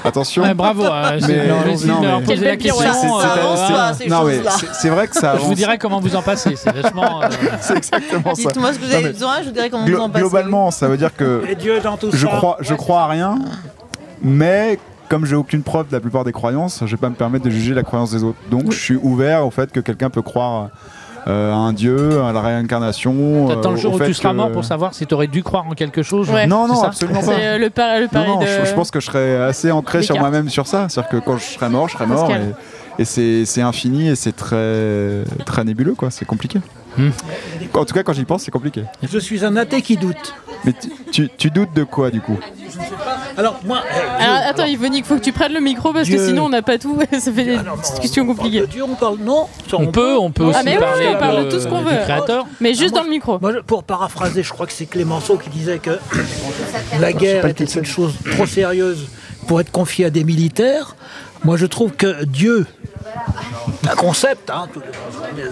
Speaker 9: Attention.
Speaker 8: Ouais, bravo, euh, c'est-
Speaker 9: Mais-
Speaker 8: non, vas-y,
Speaker 9: non,
Speaker 8: leur
Speaker 9: mais-
Speaker 8: poser la
Speaker 9: c'est-
Speaker 8: question,
Speaker 9: c'est-
Speaker 8: euh,
Speaker 9: c'est-
Speaker 8: ça avance
Speaker 9: c'est-
Speaker 8: pas, ces
Speaker 9: non, mais
Speaker 8: choses-là.
Speaker 9: c'est- C'est vrai que ça avance.
Speaker 8: Je vous dirai comment vous en passez, c'est vachement. euh,
Speaker 9: C'est exactement ça.
Speaker 7: Dites-moi ce que vous
Speaker 9: Non,
Speaker 7: avez
Speaker 9: mais-
Speaker 7: besoin, je vous dirai comment
Speaker 9: Glo-
Speaker 7: vous en passez.
Speaker 9: globalement, ça veut dire que
Speaker 10: Et Dieu dans tout
Speaker 9: je
Speaker 10: ça.
Speaker 9: crois, je crois à rien, mais comme j'ai aucune preuve de la plupart des croyances, je vais pas me permettre de juger la croyance des autres. Donc, je suis ouvert au fait que quelqu'un peut croire euh, à un dieu, à la réincarnation.
Speaker 8: T'attends
Speaker 9: euh,
Speaker 8: le
Speaker 9: au
Speaker 8: jour où
Speaker 9: fait
Speaker 8: tu seras
Speaker 9: que-
Speaker 8: mort pour savoir si t'aurais dû croire en quelque chose.
Speaker 9: Ouais. Non, non,
Speaker 8: c'est ça
Speaker 9: absolument pas. C'est, euh,
Speaker 5: le, par le
Speaker 9: Non,
Speaker 5: pari
Speaker 9: non,
Speaker 5: de.
Speaker 9: je, je pense que je serais assez ancré sur
Speaker 5: Descartes.
Speaker 9: moi-même sur ça. C'est-à-dire que quand je serai mort, je serai mort.
Speaker 5: Pascal.
Speaker 9: Et, et c'est c'est infini et c'est très, très nébuleux, quoi. C'est compliqué.
Speaker 5: Hmm.
Speaker 9: En tout cas, quand j'y pense, c'est compliqué.
Speaker 10: Je suis un athée qui doute.
Speaker 9: Mais tu, tu- tu doutes de quoi, du coup
Speaker 10: Alors, moi. euh,
Speaker 5: Alors,
Speaker 10: Dieu,
Speaker 5: attends, Yvonique, faut que tu prennes le micro parce que
Speaker 10: Dieu.
Speaker 5: sinon on n'a pas tout. Ça fait des discussions compliquées.
Speaker 10: Dieu, on parle. Non
Speaker 8: On peut, on peut
Speaker 5: Ah,
Speaker 8: aussi
Speaker 5: mais oui,
Speaker 8: parler
Speaker 5: on parle de
Speaker 8: de-
Speaker 5: tout ce qu'on
Speaker 8: Euh, du
Speaker 5: veut. Oh,
Speaker 8: créateur.
Speaker 5: Mais juste
Speaker 10: Ah, Moi,
Speaker 5: dans le micro.
Speaker 10: Moi, je- pour paraphraser, je crois que c'est Clémenceau qui disait que la guerre était une chose trop sérieuse pour être confiée à des militaires. Moi, je trouve que Dieu, un concept hein, tout-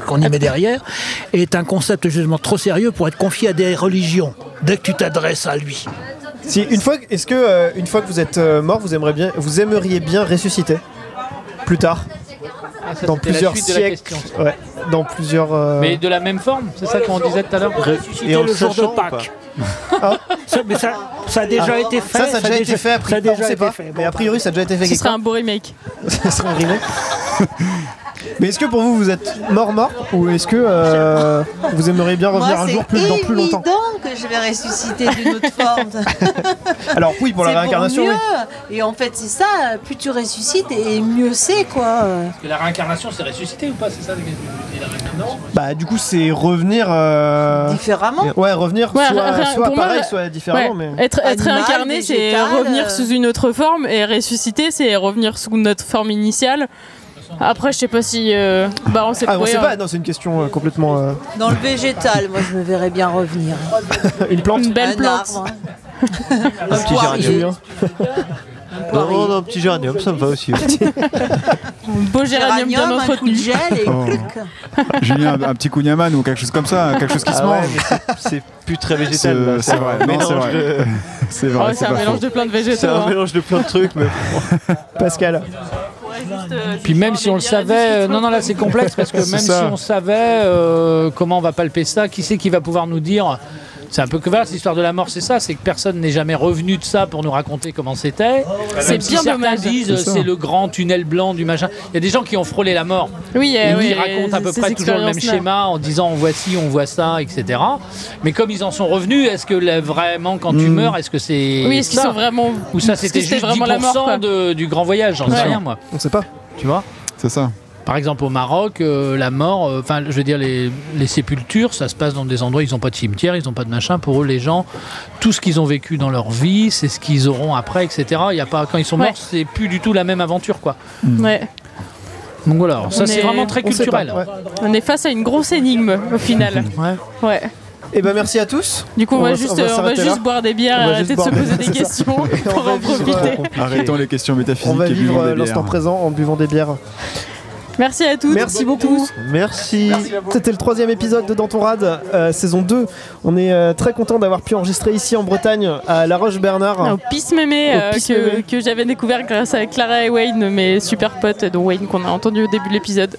Speaker 10: qu'on y met derrière, est un concept justement trop sérieux pour être confié à des religions, dès que tu t'adresses à lui.
Speaker 1: Si une fois, que- est-ce que euh, une fois que vous êtes euh, mort, vous aimeriez bien, vous aimeriez bien ressusciter plus tard,
Speaker 8: Ah, ça, c'était
Speaker 1: dans
Speaker 8: la
Speaker 1: plusieurs
Speaker 8: suite de la
Speaker 1: siècles,
Speaker 8: question,
Speaker 1: ouais, dans plusieurs. euh,
Speaker 8: Mais de la même forme, c'est ça qu'on disait tout à l'heure.
Speaker 10: Et en le jour de Pâques.
Speaker 9: Ah.
Speaker 10: Ça, mais ça, ça a déjà
Speaker 1: Ah.
Speaker 10: été fait.
Speaker 1: Ça, ça a déjà été fait.
Speaker 10: ça
Speaker 1: Après,
Speaker 10: a
Speaker 1: on
Speaker 10: déjà
Speaker 1: sait
Speaker 10: été
Speaker 1: pas.
Speaker 10: fait.
Speaker 1: Mais a priori, ça a déjà été fait.
Speaker 5: Ce
Speaker 1: quelque
Speaker 5: serait un beau remake.
Speaker 1: part. ça serait un remake. Mais est-ce que pour vous, vous êtes mort mort ou est-ce que euh, vous aimeriez bien revenir
Speaker 7: Moi,
Speaker 1: un
Speaker 7: c'est
Speaker 1: jour plus dans plus longtemps
Speaker 7: évident que je vais ressusciter d'une autre forme.
Speaker 1: Alors oui, pour la
Speaker 7: C'est
Speaker 1: réincarnation,
Speaker 7: mieux.
Speaker 1: oui.
Speaker 7: Et en fait, c'est ça. Plus tu ressuscites, et mieux c'est quoi.
Speaker 9: Ah.
Speaker 8: Que la réincarnation, c'est ressuscité ou pas C'est ça la question La réincarnation
Speaker 1: Bah du coup, c'est revenir euh,
Speaker 7: Différemment.
Speaker 1: Ouais, revenir
Speaker 5: Ouais,
Speaker 1: soit,
Speaker 5: ré-
Speaker 1: soit
Speaker 5: pour moi,
Speaker 1: pareil,
Speaker 5: ré-
Speaker 1: soit différemment.
Speaker 5: ouais.
Speaker 1: Mais
Speaker 5: Être, être
Speaker 7: Animal,
Speaker 5: réincarné, c'est
Speaker 7: végétal, euh.
Speaker 5: revenir sous une autre forme et ressusciter, c'est revenir sous notre forme initiale. Après, je sais pas si. euh, Bah, on sait
Speaker 1: ah, on
Speaker 5: ouais,
Speaker 1: sait pas.
Speaker 5: hein.
Speaker 1: Non, c'est une question euh, complètement. euh,
Speaker 7: Dans le végétal, moi, je me verrais bien revenir.
Speaker 1: Une plante.
Speaker 5: Une belle
Speaker 7: Un
Speaker 5: plante.
Speaker 7: arbre.
Speaker 4: Un petit géranium. Non,
Speaker 7: Paris.
Speaker 4: non, non, un petit géranium, ça me va aussi.
Speaker 5: Un beau géranium bien
Speaker 7: Géranium, un coup de
Speaker 5: entretenu.
Speaker 7: gel et
Speaker 9: Oh.
Speaker 7: cluc.
Speaker 9: J'ai mis un, un petit kunyaman ou quelque chose comme ça, quelque chose qui se
Speaker 4: Ah ouais,
Speaker 9: mange.
Speaker 4: mais c'est- c'est plus très végétal. là,
Speaker 9: C'est c'est vrai,
Speaker 4: un
Speaker 9: non, c'est
Speaker 4: mélange
Speaker 9: vrai.
Speaker 4: de-
Speaker 9: C'est
Speaker 5: Oh,
Speaker 9: vrai,
Speaker 5: c'est
Speaker 9: c'est
Speaker 5: un
Speaker 9: pas
Speaker 5: mélange
Speaker 9: faux.
Speaker 5: de plein de
Speaker 4: C'est
Speaker 5: végétaux.
Speaker 4: un
Speaker 5: hein.
Speaker 4: mélange de plein de trucs, mais
Speaker 1: Pascal.
Speaker 8: Puis même si on le savait, euh, non, non, là c'est complexe parce que même
Speaker 9: C'est ça.
Speaker 8: si on savait euh, comment on va palper ça, qui c'est qui va pouvoir nous dire C'est un peu que voilà, cette histoire de la mort, c'est ça, c'est que personne n'est jamais revenu de ça pour nous raconter comment c'était.
Speaker 5: Oh, C'est
Speaker 8: Même si
Speaker 5: bien
Speaker 8: certains
Speaker 5: dommage.
Speaker 8: disent euh,
Speaker 5: C'est ça.
Speaker 8: c'est le grand tunnel blanc du machin. Il y a des gens qui ont frôlé la mort.
Speaker 5: Oui,
Speaker 8: Ils
Speaker 5: euh, oui,
Speaker 8: racontent à peu
Speaker 5: ces
Speaker 8: près toujours le même
Speaker 5: expériences-là.
Speaker 8: schéma en disant on voit ci, on voit ça, etc. Mais comme ils en sont revenus, est-ce que là, vraiment quand tu meurs, est-ce que c'est
Speaker 5: Oui, est-ce qu'ils
Speaker 8: ça
Speaker 5: sont vraiment.
Speaker 8: ou ça
Speaker 5: est-ce que
Speaker 8: c'était juste
Speaker 5: vraiment la mort
Speaker 8: 10%
Speaker 5: quoi
Speaker 8: de- du grand voyage, j'en sais
Speaker 5: Ouais.
Speaker 8: rien moi,
Speaker 1: On sait pas.
Speaker 8: tu vois
Speaker 9: C'est ça.
Speaker 8: par exemple, au Maroc, euh, la mort, euh, enfin, je veux dire, les, les sépultures, ça se passe dans des endroits, ils n'ont pas de cimetière, ils n'ont pas de machin. Pour eux, les gens, tout ce qu'ils ont vécu dans leur vie, c'est ce qu'ils auront après, etc. Il y a pas, quand ils sont morts,
Speaker 5: Ouais.
Speaker 8: c'est plus du tout la même aventure, quoi.
Speaker 5: Ouais.
Speaker 8: Donc voilà, ça
Speaker 5: On
Speaker 8: c'est
Speaker 5: est-
Speaker 8: vraiment très
Speaker 5: on sait pas,
Speaker 8: culturel. hein.
Speaker 5: On est face à une grosse énigme au final.
Speaker 8: Ouais.
Speaker 5: Ouais.
Speaker 1: Et ben merci à tous.
Speaker 5: Du coup, on,
Speaker 1: On
Speaker 5: va,
Speaker 1: va-
Speaker 5: juste,
Speaker 1: on va
Speaker 5: euh, on va
Speaker 1: s'arrêter
Speaker 5: juste
Speaker 1: là.
Speaker 5: boire des bières
Speaker 1: On
Speaker 5: et
Speaker 1: va
Speaker 5: arrêter
Speaker 1: juste
Speaker 5: de se
Speaker 1: boire des-
Speaker 5: poser des
Speaker 1: c'est ça.
Speaker 5: questions
Speaker 1: Et on
Speaker 5: pour
Speaker 1: va
Speaker 5: en
Speaker 1: vivre,
Speaker 5: profiter.
Speaker 1: euh,
Speaker 9: Arrêtons les questions métaphysiques.
Speaker 1: On va
Speaker 9: et
Speaker 1: vivre
Speaker 9: buvons des
Speaker 1: euh, l'instant
Speaker 9: bières.
Speaker 1: présent en buvant des bières.
Speaker 5: Merci à tous.
Speaker 1: Merci beaucoup.
Speaker 4: Merci.
Speaker 1: C'était le troisième épisode de Dans ton Rad, euh, saison 2. On est euh, très content d'avoir pu enregistrer ici en Bretagne, à La Roche-Bernard.
Speaker 5: Au Pisse Mémé,
Speaker 1: Au
Speaker 5: euh,
Speaker 1: Pisse
Speaker 5: que,
Speaker 1: Mémé.
Speaker 5: que j'avais découvert grâce à Clara et Wayne, mes super potes, dont Wayne qu'on a entendu au début de l'épisode.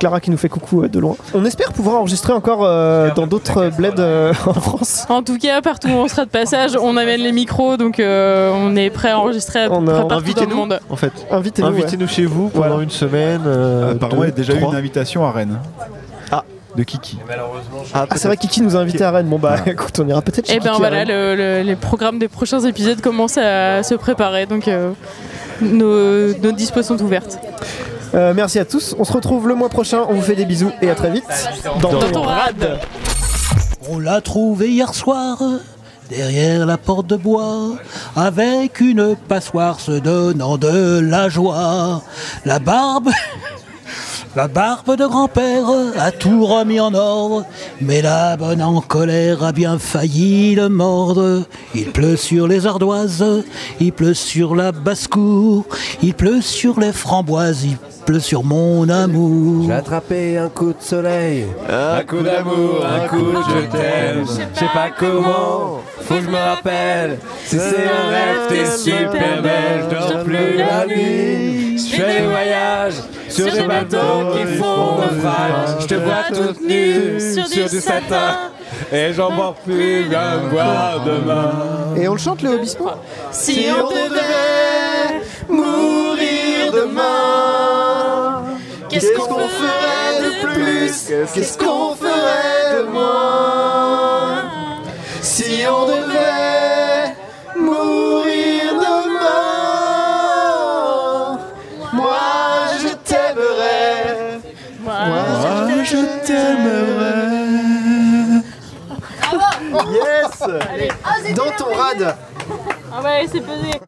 Speaker 1: Clara qui nous fait coucou euh, de loin. On espère pouvoir enregistrer encore euh, dans d'autres euh, bleds euh, en France.
Speaker 5: En tout cas, partout où on sera de passage, on amène les micros, donc euh, on est prêt à enregistrer à peu
Speaker 1: euh,
Speaker 5: près partout dans le
Speaker 4: Invitez-nous,
Speaker 5: monde.
Speaker 4: en fait.
Speaker 1: Invitez-nous, ouais.
Speaker 4: chez vous pendant
Speaker 1: Voilà.
Speaker 4: une semaine. euh,
Speaker 9: Apparemment, Ah, il y a
Speaker 4: deux,
Speaker 9: déjà eu
Speaker 4: trois.
Speaker 9: une invitation à Rennes.
Speaker 4: Ah.
Speaker 9: De Kiki.
Speaker 2: malheureusement,
Speaker 1: Ah, c'est vrai, Kiki nous a invités à Rennes. Bon, bah écoute, on ira peut-être chez
Speaker 5: Et bien
Speaker 1: Kiki à
Speaker 5: Eh ben, voilà,
Speaker 1: Rennes.
Speaker 5: le- le- les programmes des prochains épisodes commencent à se préparer, donc euh, nos, nos dispos sont ouvertes.
Speaker 1: Euh, merci à tous. On se retrouve le mois prochain. On vous fait des bisous et à très vite
Speaker 5: Dans ton rad.
Speaker 10: On l'a trouvé hier soir, derrière la porte de bois, avec une passoire se donnant de la joie. La barbe, la barbe de grand-père a tout remis en ordre, mais la bonne en colère a bien failli le mordre. Il pleut sur les ardoises, il pleut sur la basse-cour, il pleut sur les framboises, il pleut sur mon amour.
Speaker 2: J'ai attrapé un coup de soleil, un coup d'amour, un coup de je t'aime. Je sais pas comment, faut que je me rappelle. Si c'est un rêve, t'es super belle. Je dors plus la nuit, je fais des voyages sur des bateaux qui font naufrage. Je te vois toute nue sur du satin. Et j'en porte plus, viens me voir demain.
Speaker 1: Et on le chante, le Obispo
Speaker 2: Si on devait mourir demain, qu'est-ce qu'on ferait de plus Qu'est-ce qu'on ferait de moins Si on devait mourir demain, moi je t'aimerais.
Speaker 5: Ah,
Speaker 1: Moi,
Speaker 2: je t'aimerais.
Speaker 1: Yes Dans ton rad
Speaker 5: Ah ouais, c'est pesé